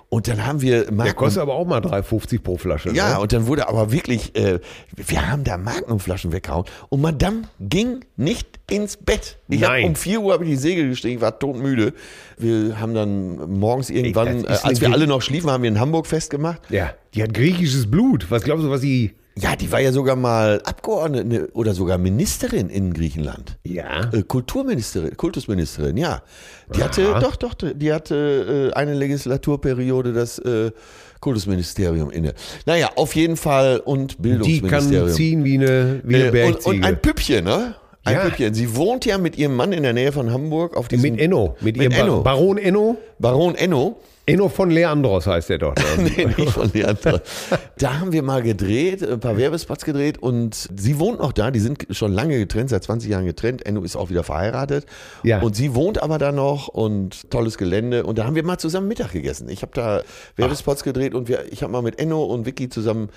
S1: Und dann haben wir
S2: Der
S1: Marken-
S2: kostet aber auch mal 3,50 pro Flasche.
S1: ja,
S2: ne?
S1: und dann wurde aber wirklich, äh, wir haben da Magnumflaschen weggehauen und Madame ging nicht ins Bett. Ich hab,
S2: Nein.
S1: um 4 Uhr habe ich die Segel gestiegen, war todmüde. Wir haben dann morgens
S2: Ey,
S1: irgendwann,
S2: das ist
S1: äh, als
S2: eine
S1: wir
S2: Grie-
S1: alle noch schliefen, haben wir in Hamburg festgemacht.
S2: ja. Die hat griechisches Blut. Was glaubst du, was sie.
S1: Ja, die war ja sogar mal Abgeordnete ne, oder sogar Ministerin in Griechenland.
S2: Ja.
S1: Äh, Kulturministerin, Kultusministerin, ja. Die hatte, doch, doch, die hatte äh, eine Legislaturperiode das äh, Kultusministerium inne. Naja, auf jeden Fall und
S2: Die
S1: Bildungsministerium.
S2: kann ziehen wie eine, wie eine
S1: Äh, und,
S2: Bergziege.
S1: und ein Püppchen, ne? Ein
S2: Ja.
S1: Püppchen. Sie wohnt ja mit ihrem Mann in der Nähe von Hamburg auf diesem
S2: mit Enno.
S1: mit
S2: Mit, ihrem Ba-
S1: Enno.
S2: Baron Enno.
S1: Baron Enno.
S2: Enno von Leandros heißt er doch. ne?
S1: Nee, nicht von Leandra. Da haben wir mal gedreht, ein paar Werbespots gedreht und sie wohnt noch da. Die sind schon lange getrennt, seit 20 Jahren getrennt. Enno ist auch wieder verheiratet.
S2: Ja.
S1: Und sie wohnt aber da noch und tolles Gelände. Und da haben wir mal zusammen Mittag gegessen. Ich habe da Werbespots gedreht und wir, ich habe mal mit Enno und Vicky zusammen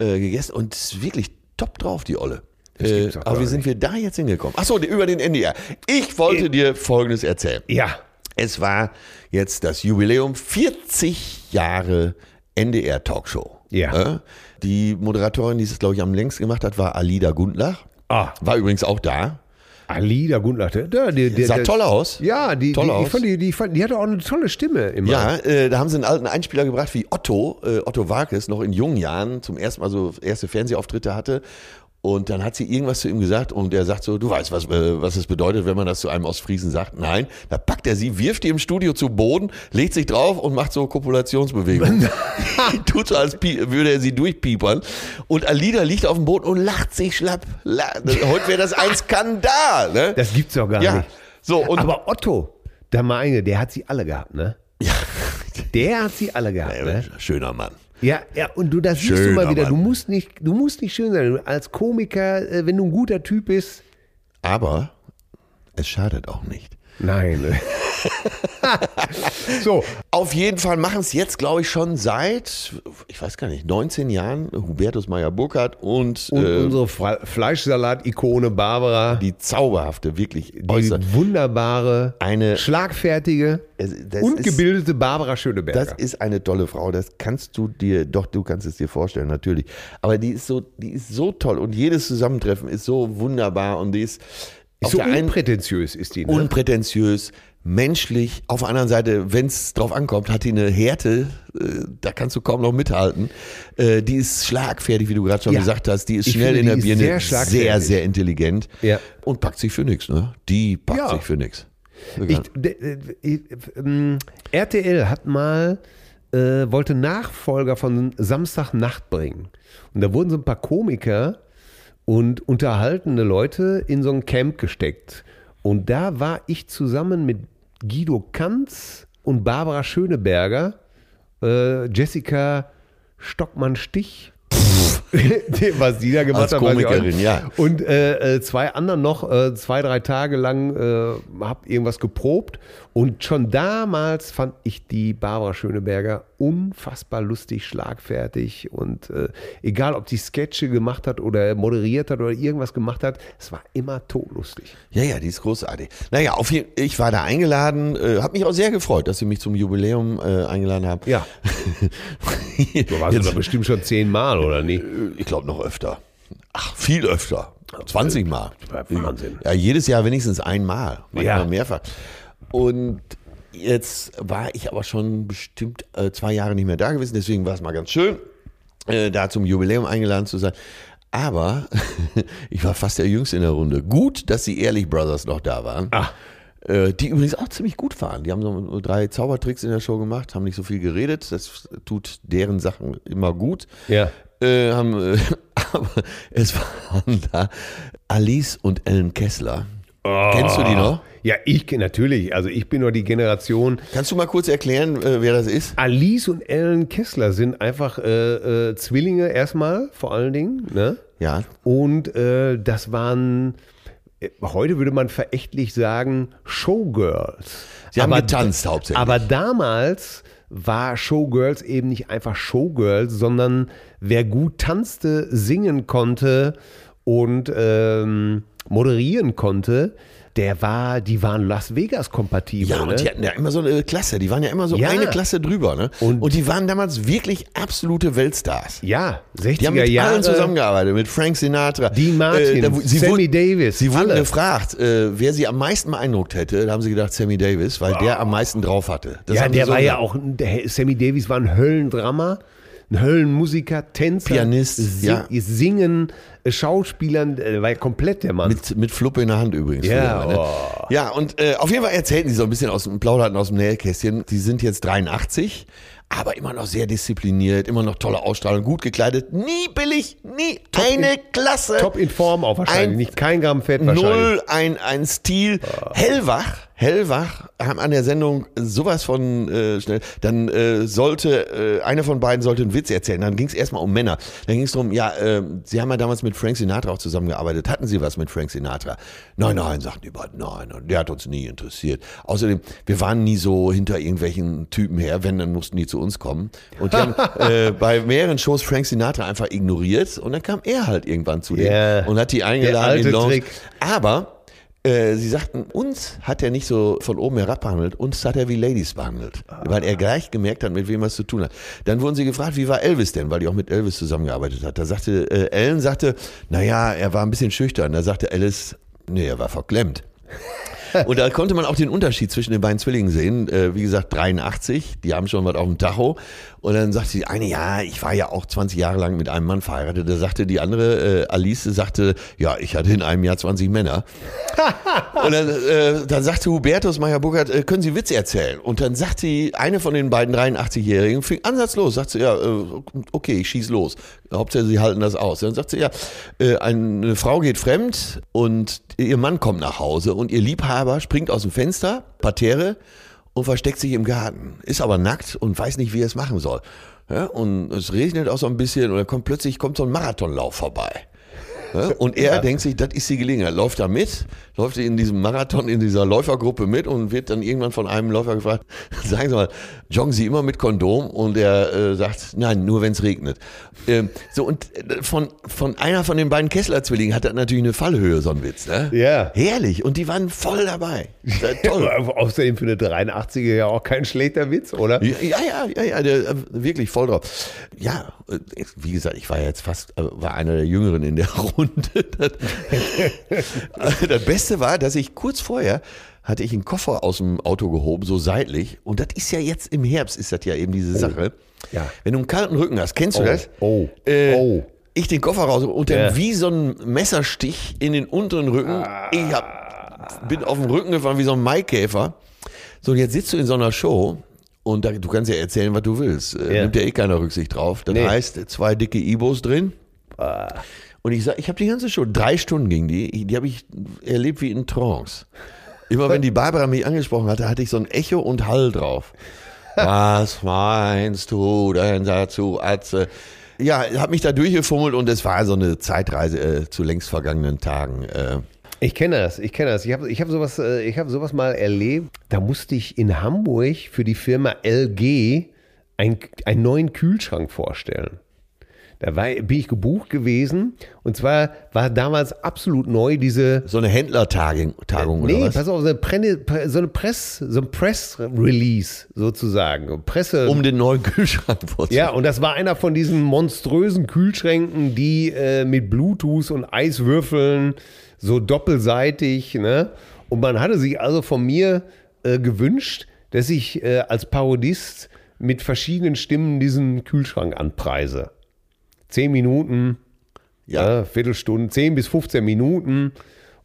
S1: äh, gegessen und es ist wirklich top drauf, die Olle. Äh,
S2: gibt's doch
S1: aber
S2: gar
S1: wie sind wir da jetzt hingekommen? Achso, über den NDR. Ich
S2: Äh.
S1: wollte dir Folgendes erzählen.
S2: ja.
S1: Es war jetzt das Jubiläum 40 Jahre NDR Talkshow.
S2: Ja.
S1: Äh, Die Moderatorin, die es, glaube ich, am längst gemacht hat, war Alida Gundlach.
S2: Ah,
S1: War übrigens auch da.
S2: Alida Gundlatte. Der, der, der,
S1: Sah
S2: der-
S1: toll aus.
S2: Ja, die,
S1: Toll
S2: die, ich
S1: aus.
S2: fand die, die, fand, die hatte auch eine tolle Stimme immer.
S1: Ja, äh, da haben sie einen alten Einspieler gebracht wie Otto, äh, Otto Warkes, noch in jungen Jahren zum ersten Mal so erste Fernsehauftritte hatte. Und dann hat sie irgendwas zu ihm gesagt und er sagt so, du weißt, was, äh, was es bedeutet, wenn man das zu einem aus Friesen sagt. Nein, da packt er sie, wirft die im Studio zu Boden, legt sich drauf und macht so Kopulationsbewegungen. Tut so, als pie- würde er sie durchpiepern. Und Alida liegt auf dem Boden und lacht sich schlapp. La Heute wäre das ein Skandal. Ne?
S2: Das gibt's doch gar
S1: ja.
S2: nicht.
S1: So, und
S2: Aber Otto, da mal eine, der hat sie alle gehabt, ne?
S1: ja.
S2: Der hat sie alle gehabt, ne?
S1: Schöner Mann.
S2: Ja, ja, und du, das siehst du
S1: Schöner
S2: mal wieder, du
S1: Mann.
S2: musst nicht, du musst nicht schön sein. Als Komiker, äh, wenn du ein guter Typ bist.
S1: Aber es schadet auch nicht.
S2: Nein. so,
S1: Auf jeden Fall machen es jetzt, glaube ich, schon seit, ich weiß gar nicht, 19 Jahren Hubertus Meyer-Burkhardt und,
S2: und
S1: äh,
S2: unsere Fra Fleischsalat-Ikone Barbara, die,
S1: die zauberhafte, wirklich äußerst.
S2: wunderbare,
S1: Eine-
S2: schlagfertige
S1: Es- das
S2: und
S1: ist-
S2: gebildete Barbara
S1: Das
S2: Schöneberger.
S1: ist eine tolle Frau, das kannst du dir, doch, du kannst es dir vorstellen, natürlich. Aber die ist so, die ist so toll und jedes Zusammentreffen ist so wunderbar und die ist, auf
S2: so
S1: der einen-
S2: unprätentiös ist die, ne?
S1: unprätentiös, menschlich. Auf der anderen Seite, wenn es drauf ankommt, hat die eine Härte, äh, da kannst du kaum noch mithalten. Äh, die ist schlagfertig, wie du gerade schon
S2: Ja.
S1: gesagt hast. Die ist
S2: Ich
S1: schnell
S2: finde,
S1: in der
S2: die ist
S1: Birne, sehr,
S2: sehr schlagfertig.
S1: sehr, intelligent
S2: Ja.
S1: und packt sich für nichts. Ne? Die packt
S2: Ja.
S1: sich für nichts.
S2: Ich, d- d- ich, ähm, RTL hat mal äh, wollte Nachfolger von Samstagnacht bringen. Und da wurden so ein paar Komiker und unterhaltende Leute in so ein Camp gesteckt. Und da war ich zusammen mit Guido Kanz und Barbara Schöneberger, äh, Jessica Stockmann-Stich. Was die da gemacht
S1: Als
S2: haben, weiß ich auch
S1: Komikerin,
S2: nicht.
S1: ja.
S2: Und äh, äh, zwei anderen noch äh, zwei, drei Tage lang äh, hab irgendwas geprobt. Und schon damals fand ich die Barbara Schöneberger unfassbar lustig, schlagfertig. Und äh, egal, ob die Sketche gemacht hat oder moderiert hat oder irgendwas gemacht hat, es war immer todlustig.
S1: Ja, ja, die ist großartig. Naja, auf jeden, ich war da eingeladen, äh, habe mich auch sehr gefreut, dass sie mich zum Jubiläum äh, eingeladen haben.
S2: Ja.
S1: Jetzt-
S2: bestimmt schon zehnmal, oder nicht?
S1: ich glaube äh, noch öfter. Ach, viel öfter. 20 Mal.
S2: Wahnsinn.
S1: Ja, jedes Jahr wenigstens einmal. Manchmal
S2: Ja.
S1: mehrfach. Und jetzt war ich aber schon bestimmt äh, zwei Jahre nicht mehr da gewesen, deswegen war es mal ganz schön, äh, da zum Jubiläum eingeladen zu sein. Aber ich war fast der Jüngste in der Runde. Gut, dass die Ehrlich Brothers noch da waren. Äh, Die übrigens auch ziemlich gut waren. Die haben so drei Zaubertricks in der Show gemacht, haben nicht so viel geredet. Das tut deren Sachen immer gut
S2: Ja.
S1: äh, haben, äh, aber es waren da Alice und Ellen Kessler.
S2: Oh.
S1: Kennst du die noch?
S2: Ah. Ja, ich natürlich. Also ich bin nur die Generation.
S1: Kannst du mal kurz erklären, äh, wer das ist?
S2: Alice und Ellen Kessler sind einfach äh, äh, Zwillinge erstmal, vor allen Dingen. Ne?
S1: Ja.
S2: Und äh, das waren, äh, heute würde man verächtlich sagen, Showgirls.
S1: Sie haben getanzt hauptsächlich.
S2: Aber damals war Showgirls eben nicht einfach Showgirls, sondern wer gut tanzte, singen konnte und ähm, moderieren konnte, der war, die waren Las Vegas kompatibel.
S1: ja,
S2: ne?
S1: und die hatten ja immer so eine äh, Klasse. Die waren ja immer so
S2: Ja.
S1: eine Klasse drüber. Ne?
S2: Und-
S1: Und, die waren damals wirklich absolute Weltstars.
S2: ja,
S1: Die
S2: 60er
S1: haben mit
S2: Jahre.
S1: allen zusammengearbeitet, mit Frank Sinatra. äh,
S2: Dean Martin,
S1: da wu-
S2: Sammy
S1: wurden-
S2: Davis,
S1: Sie wurden
S2: alle.
S1: gefragt, äh, wer sie am meisten beeindruckt hätte. Da haben sie gedacht, Sammy Davis, weil der am meisten drauf hatte. Das
S2: ja,
S1: haben sie
S2: der
S1: so
S2: war ja
S1: gesagt.
S2: auch, ein- der Sammy Davis war ein Höllendrama, ein Höllenmusiker, Tänzer,
S1: Pianist,
S2: si
S1: ja.
S2: Singen, äh, Schauspielern, äh, war ja komplett der Mann.
S1: Mit, mit Fluppe in der Hand übrigens.
S2: Ja, oh.
S1: früher, ne? ja und äh, auf jeden Fall erzählten die so ein bisschen aus dem Plauderten aus dem Nähkästchen. Die sind jetzt 83, aber immer noch sehr diszipliniert, immer noch tolle Ausstrahlung, gut gekleidet, nie billig, nie eine Klasse.
S2: Top in Form auch wahrscheinlich,
S1: Ein-
S2: nicht kein Gramm Fett wahrscheinlich.
S1: Null, ein, ein Stil. Hellwach, hellwach, haben an der Sendung sowas von äh, schnell. Dann äh, sollte, äh, einer von beiden sollte einen Witz erzählen. Dann ging es erstmal um Männer. Dann ging es darum, ja, äh, sie haben ja damals mit Frank Sinatra auch zusammengearbeitet. Hatten sie was mit Frank Sinatra? Nein, nein, sagten die beiden, nein. Und der hat uns nie interessiert. Außerdem, wir waren nie so hinter irgendwelchen Typen her. Wenn, dann mussten die zu uns kommen. Und die haben äh, bei mehreren Shows Frank Sinatra einfach ignoriert. Und dann kam er halt irgendwann zu denen
S2: Ja.
S1: und hat die eingeladen
S2: alte
S1: in Lounge.
S2: Trick.
S1: Aber äh, sie sagten, uns hat er nicht so von oben herab behandelt, uns hat er wie Ladies behandelt, weil er gleich gemerkt hat, mit wem er es zu tun hat. Dann wurden sie gefragt, wie war Elvis denn, weil die auch mit Elvis zusammengearbeitet hat. Da sagte äh, Ellen sagte, naja, er war ein bisschen schüchtern. Da sagte Alice, nee, er war verklemmt. Und da konnte man auch den Unterschied zwischen den beiden Zwillingen sehen. Äh, wie gesagt, 83, die haben schon was auf dem Tacho. Und dann sagte die eine, ja, ich war ja auch 20 Jahre lang mit einem Mann verheiratet. Da sagte die andere, äh, Alice, sagte, ja, ich hatte in einem Jahr 20 Männer. Und dann, äh, dann sagte Hubertus Meyer Burkhardt, äh, können Sie Witze erzählen? Und dann sagte die, eine von den beiden 83-Jährigen, fing ansatzlos, sagt sie, ja, äh, okay, ich schieß los. Hauptsache, sie halten das aus. Dann sagt sie, ja, äh, eine Frau geht fremd und ihr Mann kommt nach Hause und ihr Liebhaber springt aus dem Fenster, Parterre, und versteckt sich im Garten. Ist aber nackt und weiß nicht, wie er es machen soll. Ja, und es regnet auch so ein bisschen und dann kommt plötzlich kommt so ein Marathonlauf vorbei. Ja, Und er denkt sich, das ist die Gelegenheit. Läuft da mit, läuft in diesem Marathon, in dieser Läufergruppe mit und wird dann irgendwann von einem Läufer gefragt, sagen Sie mal, joggen Sie immer mit Kondom? Und er äh, sagt, nein, nur wenn es regnet. Ähm, so, und äh, von, von einer von den beiden Kessler-Zwillingen hat er natürlich eine Fallhöhe, so ein Witz. Ne?
S2: Ja.
S1: Herrlich. Und die waren voll dabei. Ja, Toll.
S2: Aber Außerdem für eine 83er ja auch kein schlechter Witz, oder?
S1: Ja, ja, ja, ja, der, äh, wirklich voll drauf. Ja, äh, wie gesagt, ich war ja jetzt fast, äh, war einer der Jüngeren in der Runde. Das, das Beste war, dass ich kurz vorher hatte ich einen Koffer aus dem Auto gehoben, so seitlich. Und das ist ja jetzt im Herbst, ist das ja eben diese Sache.
S2: Oh, Ja.
S1: Wenn du einen kalten Rücken hast, kennst du das?
S2: oh,
S1: Äh,
S2: oh.
S1: Ich den Koffer raus und dann
S2: Ja. Ah.
S1: wie so ein Messerstich in den unteren Rücken. Ich hab, bin auf dem Rücken gefahren wie so ein Maikäfer. So, und jetzt sitzt du in so einer Show und da, du kannst ja erzählen, was du willst. Äh,
S2: Ja.
S1: Nimmt ja eh keiner Rücksicht drauf. Das
S2: Nee. Ah.
S1: heißt, zwei dicke Ibos drin. Und ich sag, ich habe die ganze Show, drei Stunden ging die, ich- die habe ich erlebt wie in Trance. Immer wenn die Barbara mich angesprochen hatte, hatte ich so ein Echo und Hall drauf. Was meinst du denn dazu, Atze? Ja, habe mich da durchgefummelt und es war so eine Zeitreise äh, zu längst vergangenen Tagen. Äh,
S2: Ich kenne das, ich kenne das. Ich habe ich hab sowas, äh, ich hab sowas mal erlebt. Da musste ich in Hamburg für die Firma LG ein, einen neuen Kühlschrank vorstellen. Da war, bin ich gebucht gewesen und zwar war damals absolut neu diese
S5: So eine Händlertagung Tagung
S2: nee,
S5: oder was?
S2: pass auf, so eine, Prenne, so eine Press, so ein Press-Release sozusagen. Presse.
S5: um den neuen Kühlschrank vorzustellen.
S2: ja, und das war einer von diesen monströsen Kühlschränken, die äh, mit Bluetooth und Eiswürfeln so doppelseitig, ne? Und man hatte sich also von mir äh, gewünscht, dass ich äh, als Parodist mit verschiedenen Stimmen diesen Kühlschrank anpreise. Zehn Minuten,
S5: Ja.
S2: ja, Viertelstunden, 10 bis 15 Minuten.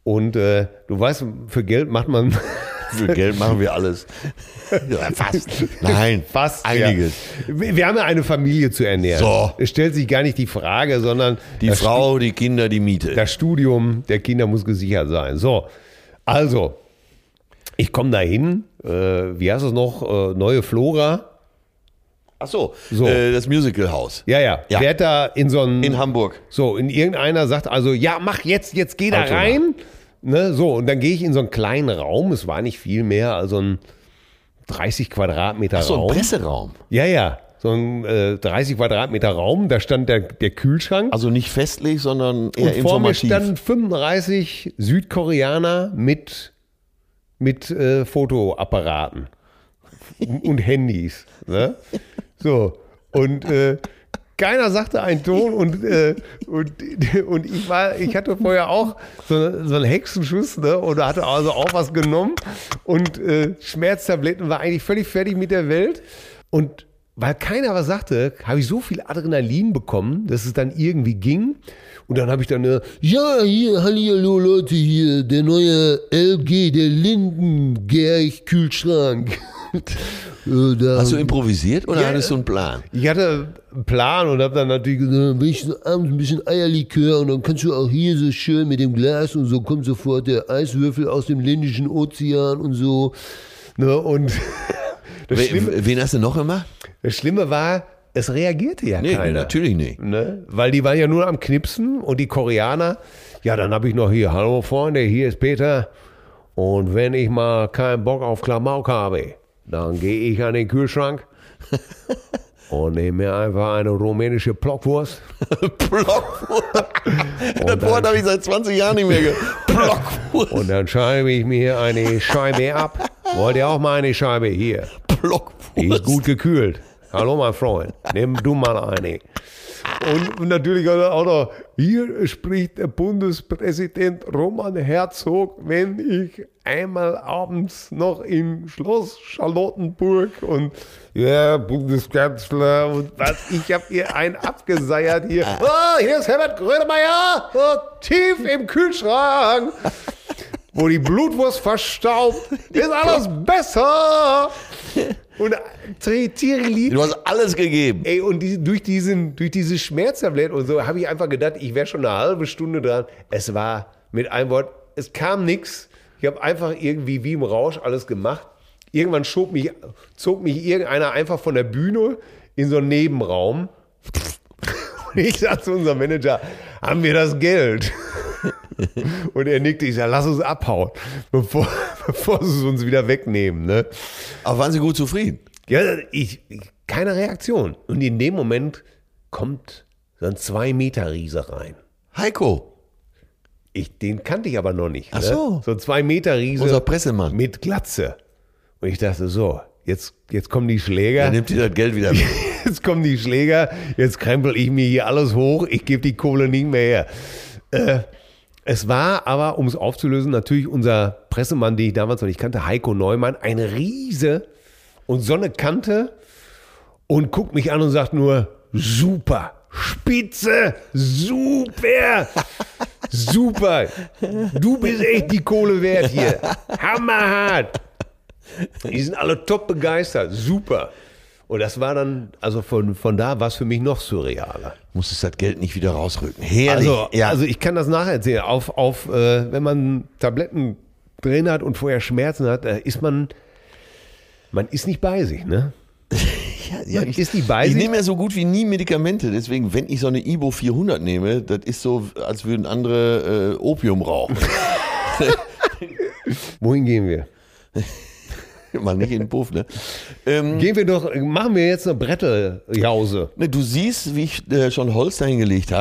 S2: Und äh, du weißt, für Geld macht man
S5: Für Geld machen wir alles. Ja, fast. Nein,
S2: fast
S5: Einiges.
S2: Ja. Wir wir haben ja eine Familie zu ernähren.
S5: So.
S2: Es stellt sich gar nicht die Frage, sondern
S5: Die
S2: das,
S5: Frau, die Kinder, die Miete.
S2: das Studium der Kinder muss gesichert sein. So, also, ich komme da hin. Äh, wie heißt es noch? Äh, neue Flora.
S5: Ach so,
S2: So.
S5: Äh, das Musicalhaus
S2: Ja, ja.
S5: Ja.
S2: Wer hat da in so einen
S5: in Hamburg.
S2: So, und irgendeiner sagt also, ja, mach jetzt, jetzt geh da
S5: Auto
S2: rein. Ne, so, und dann gehe ich in so einen kleinen Raum. Es war nicht viel mehr, also ein 30 Quadratmeter
S5: So ein
S2: Raum.
S5: Presseraum.
S2: Ja, ja. So ein äh, 30 Quadratmeter Raum, da stand der, der Kühlschrank.
S5: Also nicht festlich, sondern eher
S2: und vor mir
S5: informativ.
S2: standen 35 Südkoreaner mit, mit äh, Fotoapparaten und und Handys. Ne? So, und äh, keiner sagte einen Ton und, äh, und, und ich war, ich hatte vorher auch so, so einen Hexenschuss, ne? Oder hatte also auch was genommen und äh, Schmerztabletten war eigentlich völlig fertig mit der Welt. Und weil keiner was sagte, habe ich so viel Adrenalin bekommen, dass es dann irgendwie ging. Und dann habe ich dann, äh, ja, hier, hallo Leute, hier, der neue LG, der Lindengerich-Kühlschrank. Äh, da-
S5: Hast du improvisiert oder
S2: Ja.
S5: hattest du einen Plan?
S2: ich hatte einen Plan und habe dann natürlich gesagt, dann will ich so abends ein bisschen Eierlikör und dann kannst du auch hier so schön mit dem Glas und so kommt sofort der Eiswürfel aus dem Lindischen Ozean und so. Ne, und das Schlimme,
S5: We- Wen hast du noch immer?
S2: das Schlimme war, es reagierte ja
S5: Nee,
S2: keiner.
S5: natürlich nicht.
S2: Ne? Weil die waren ja nur am Knipsen und die Koreaner, ja, dann habe ich noch hier, hallo Freunde, hier ist Peter. Und wenn ich mal keinen Bock auf Klamauk habe, dann gehe ich an den Kühlschrank und nehme mir einfach eine rumänische Blockwurst.
S5: Blockwurst.
S2: Und
S5: Das Wort
S2: dann,
S5: habe ich seit 20 Jahren nicht mehr gehört. Blockwurst.
S2: und dann schreibe ich mir eine Scheibe ab. Wollt ihr auch mal eine Scheibe hier?
S5: Blockwurst.
S2: Die ist gut gekühlt. Hallo, mein Freund. Nimm du mal eine. Und natürlich auch noch, hier spricht der Bundespräsident Roman Herzog, wenn ich einmal abends noch im Schloss Charlottenburg und ja, Bundeskanzler und was, ich habe hier einen abgeseiert hier. Oh, hier ist Herbert Grönemeyer, oh, tief im Kühlschrank, wo die Blutwurst verstaubt, ist alles besser. Und Tirili.
S5: Du hast alles gegeben.
S2: Ey, und die, durch, diesen, durch dieses Schmerztablett und so habe ich einfach gedacht, ich wäre schon eine halbe Stunde dran. Es war mit einem Wort, es kam nichts. Ich habe einfach irgendwie wie im Rausch alles gemacht. Irgendwann schob mich, zog mich irgendeiner einfach von der Bühne in so einen Nebenraum. Und ich sagte zu unserem Manager, haben wir das Geld? Und er nickte, ich sage, lass uns abhauen, bevor, bevor sie es uns wieder wegnehmen. Ne?
S5: Aber waren sie gut zufrieden?
S2: Ja, ich, ich- keine Reaktion. Und in dem Moment kommt so ein zwei Meter Riese rein.
S5: Heiko,
S2: Ich, den kannte ich aber noch nicht.
S5: Ach
S2: ne?
S5: so.
S2: So ein zwei Meter Riese
S5: unser Pressemann.
S2: mit Glatze. Und ich dachte so, jetzt, jetzt kommen die Schläger.
S5: Er nimmt dir das Geld wieder weg.
S2: Jetzt kommen die Schläger, jetzt krempel ich mir hier alles hoch, ich gebe die Kohle nicht mehr her. Äh, es war aber, um es aufzulösen, natürlich unser Pressemann, den ich damals noch nicht kannte, Heiko Neumann, ein Riese und so eine Kante und guckt mich an und sagt nur, super, spitze, super, super, du bist echt die Kohle wert hier, hammerhart. Die sind alle top begeistert, super. Und das war dann, also von, von da war es für mich noch surrealer.
S5: Musstest das Geld nicht wieder rausrücken. Herrlich.
S2: Also,
S5: ja.
S2: also ich kann das nacherzählen. Auf, auf, äh, wenn man Tabletten drin hat und vorher Schmerzen hat, äh, ist man, man ist nicht bei sich, ne?
S5: ja, ja,
S2: man ist die bei
S5: Ich
S2: sich.
S5: nehme ja so gut wie nie Medikamente. Deswegen, wenn ich so eine Ibo 400 nehme, das ist so, als würden andere äh, Opium rauchen.
S2: Wohin gehen wir?
S1: Mal nicht in den Puff, ne? Ähm,
S2: Gehen wir doch, machen wir jetzt eine Bretteljause.
S1: Ne, du siehst, wie ich äh, schon Holz dahingelegt
S2: Ah.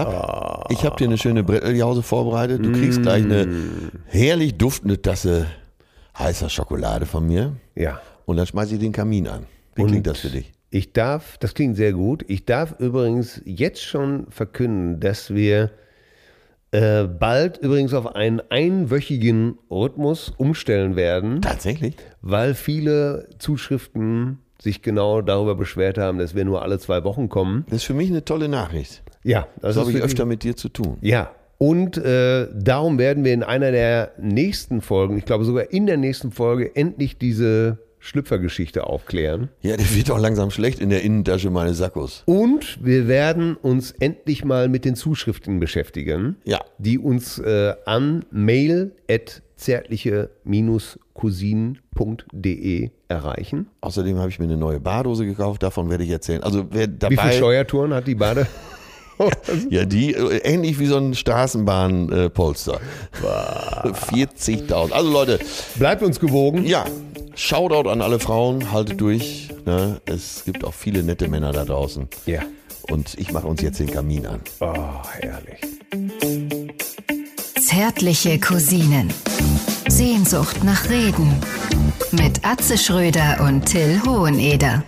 S1: habe. Ich habe dir eine schöne Bretteljause vorbereitet. Du kriegst gleich
S2: Mm.
S1: eine herrlich duftende Tasse heißer Schokolade von mir.
S2: Ja.
S1: Und dann schmeiße ich den Kamin an. Wie klingt das für dich?
S2: Ich darf, das klingt sehr gut, ich darf übrigens jetzt schon verkünden, dass wir äh, bald übrigens auf einen einwöchigen Rhythmus umstellen werden,
S1: Tatsächlich?
S2: weil viele Zuschriften sich genau darüber beschwert haben, dass wir nur alle zwei Wochen kommen.
S1: Das ist für mich eine tolle Nachricht.
S2: Ja,
S1: Das habe ich
S2: wirklich-
S1: öfter mit dir zu tun.
S2: Ja. Und äh, darum werden wir in einer der nächsten Folgen, ich glaube sogar in der nächsten Folge, endlich diese Schlüpfergeschichte aufklären.
S1: Ja, der wird auch langsam schlecht in der Innentasche meines Sackos.
S2: Und wir werden uns endlich mal mit den Zuschriften beschäftigen,
S1: Ja.
S2: die uns äh, an mail zärtliche-cousinen.de erreichen.
S1: Außerdem habe ich mir eine neue Bardose gekauft, davon werde ich erzählen. Also wer dabei
S2: Wie viele Steuertouren hat die Bade?
S1: Ja, die äh, ähnlich wie so ein Straßenbahnpolster. 40.000. Also Leute,
S2: Bleibt uns gewogen.
S1: ja, Shoutout an alle Frauen, haltet durch. Ne? Es gibt auch viele nette Männer da draußen.
S2: Ja.
S1: Und ich mache uns jetzt den Kamin an.
S2: Oh, herrlich.
S3: Zärtliche Cousinen. Sehnsucht nach Reden. Mit Atze Schröder und Till Hoheneder.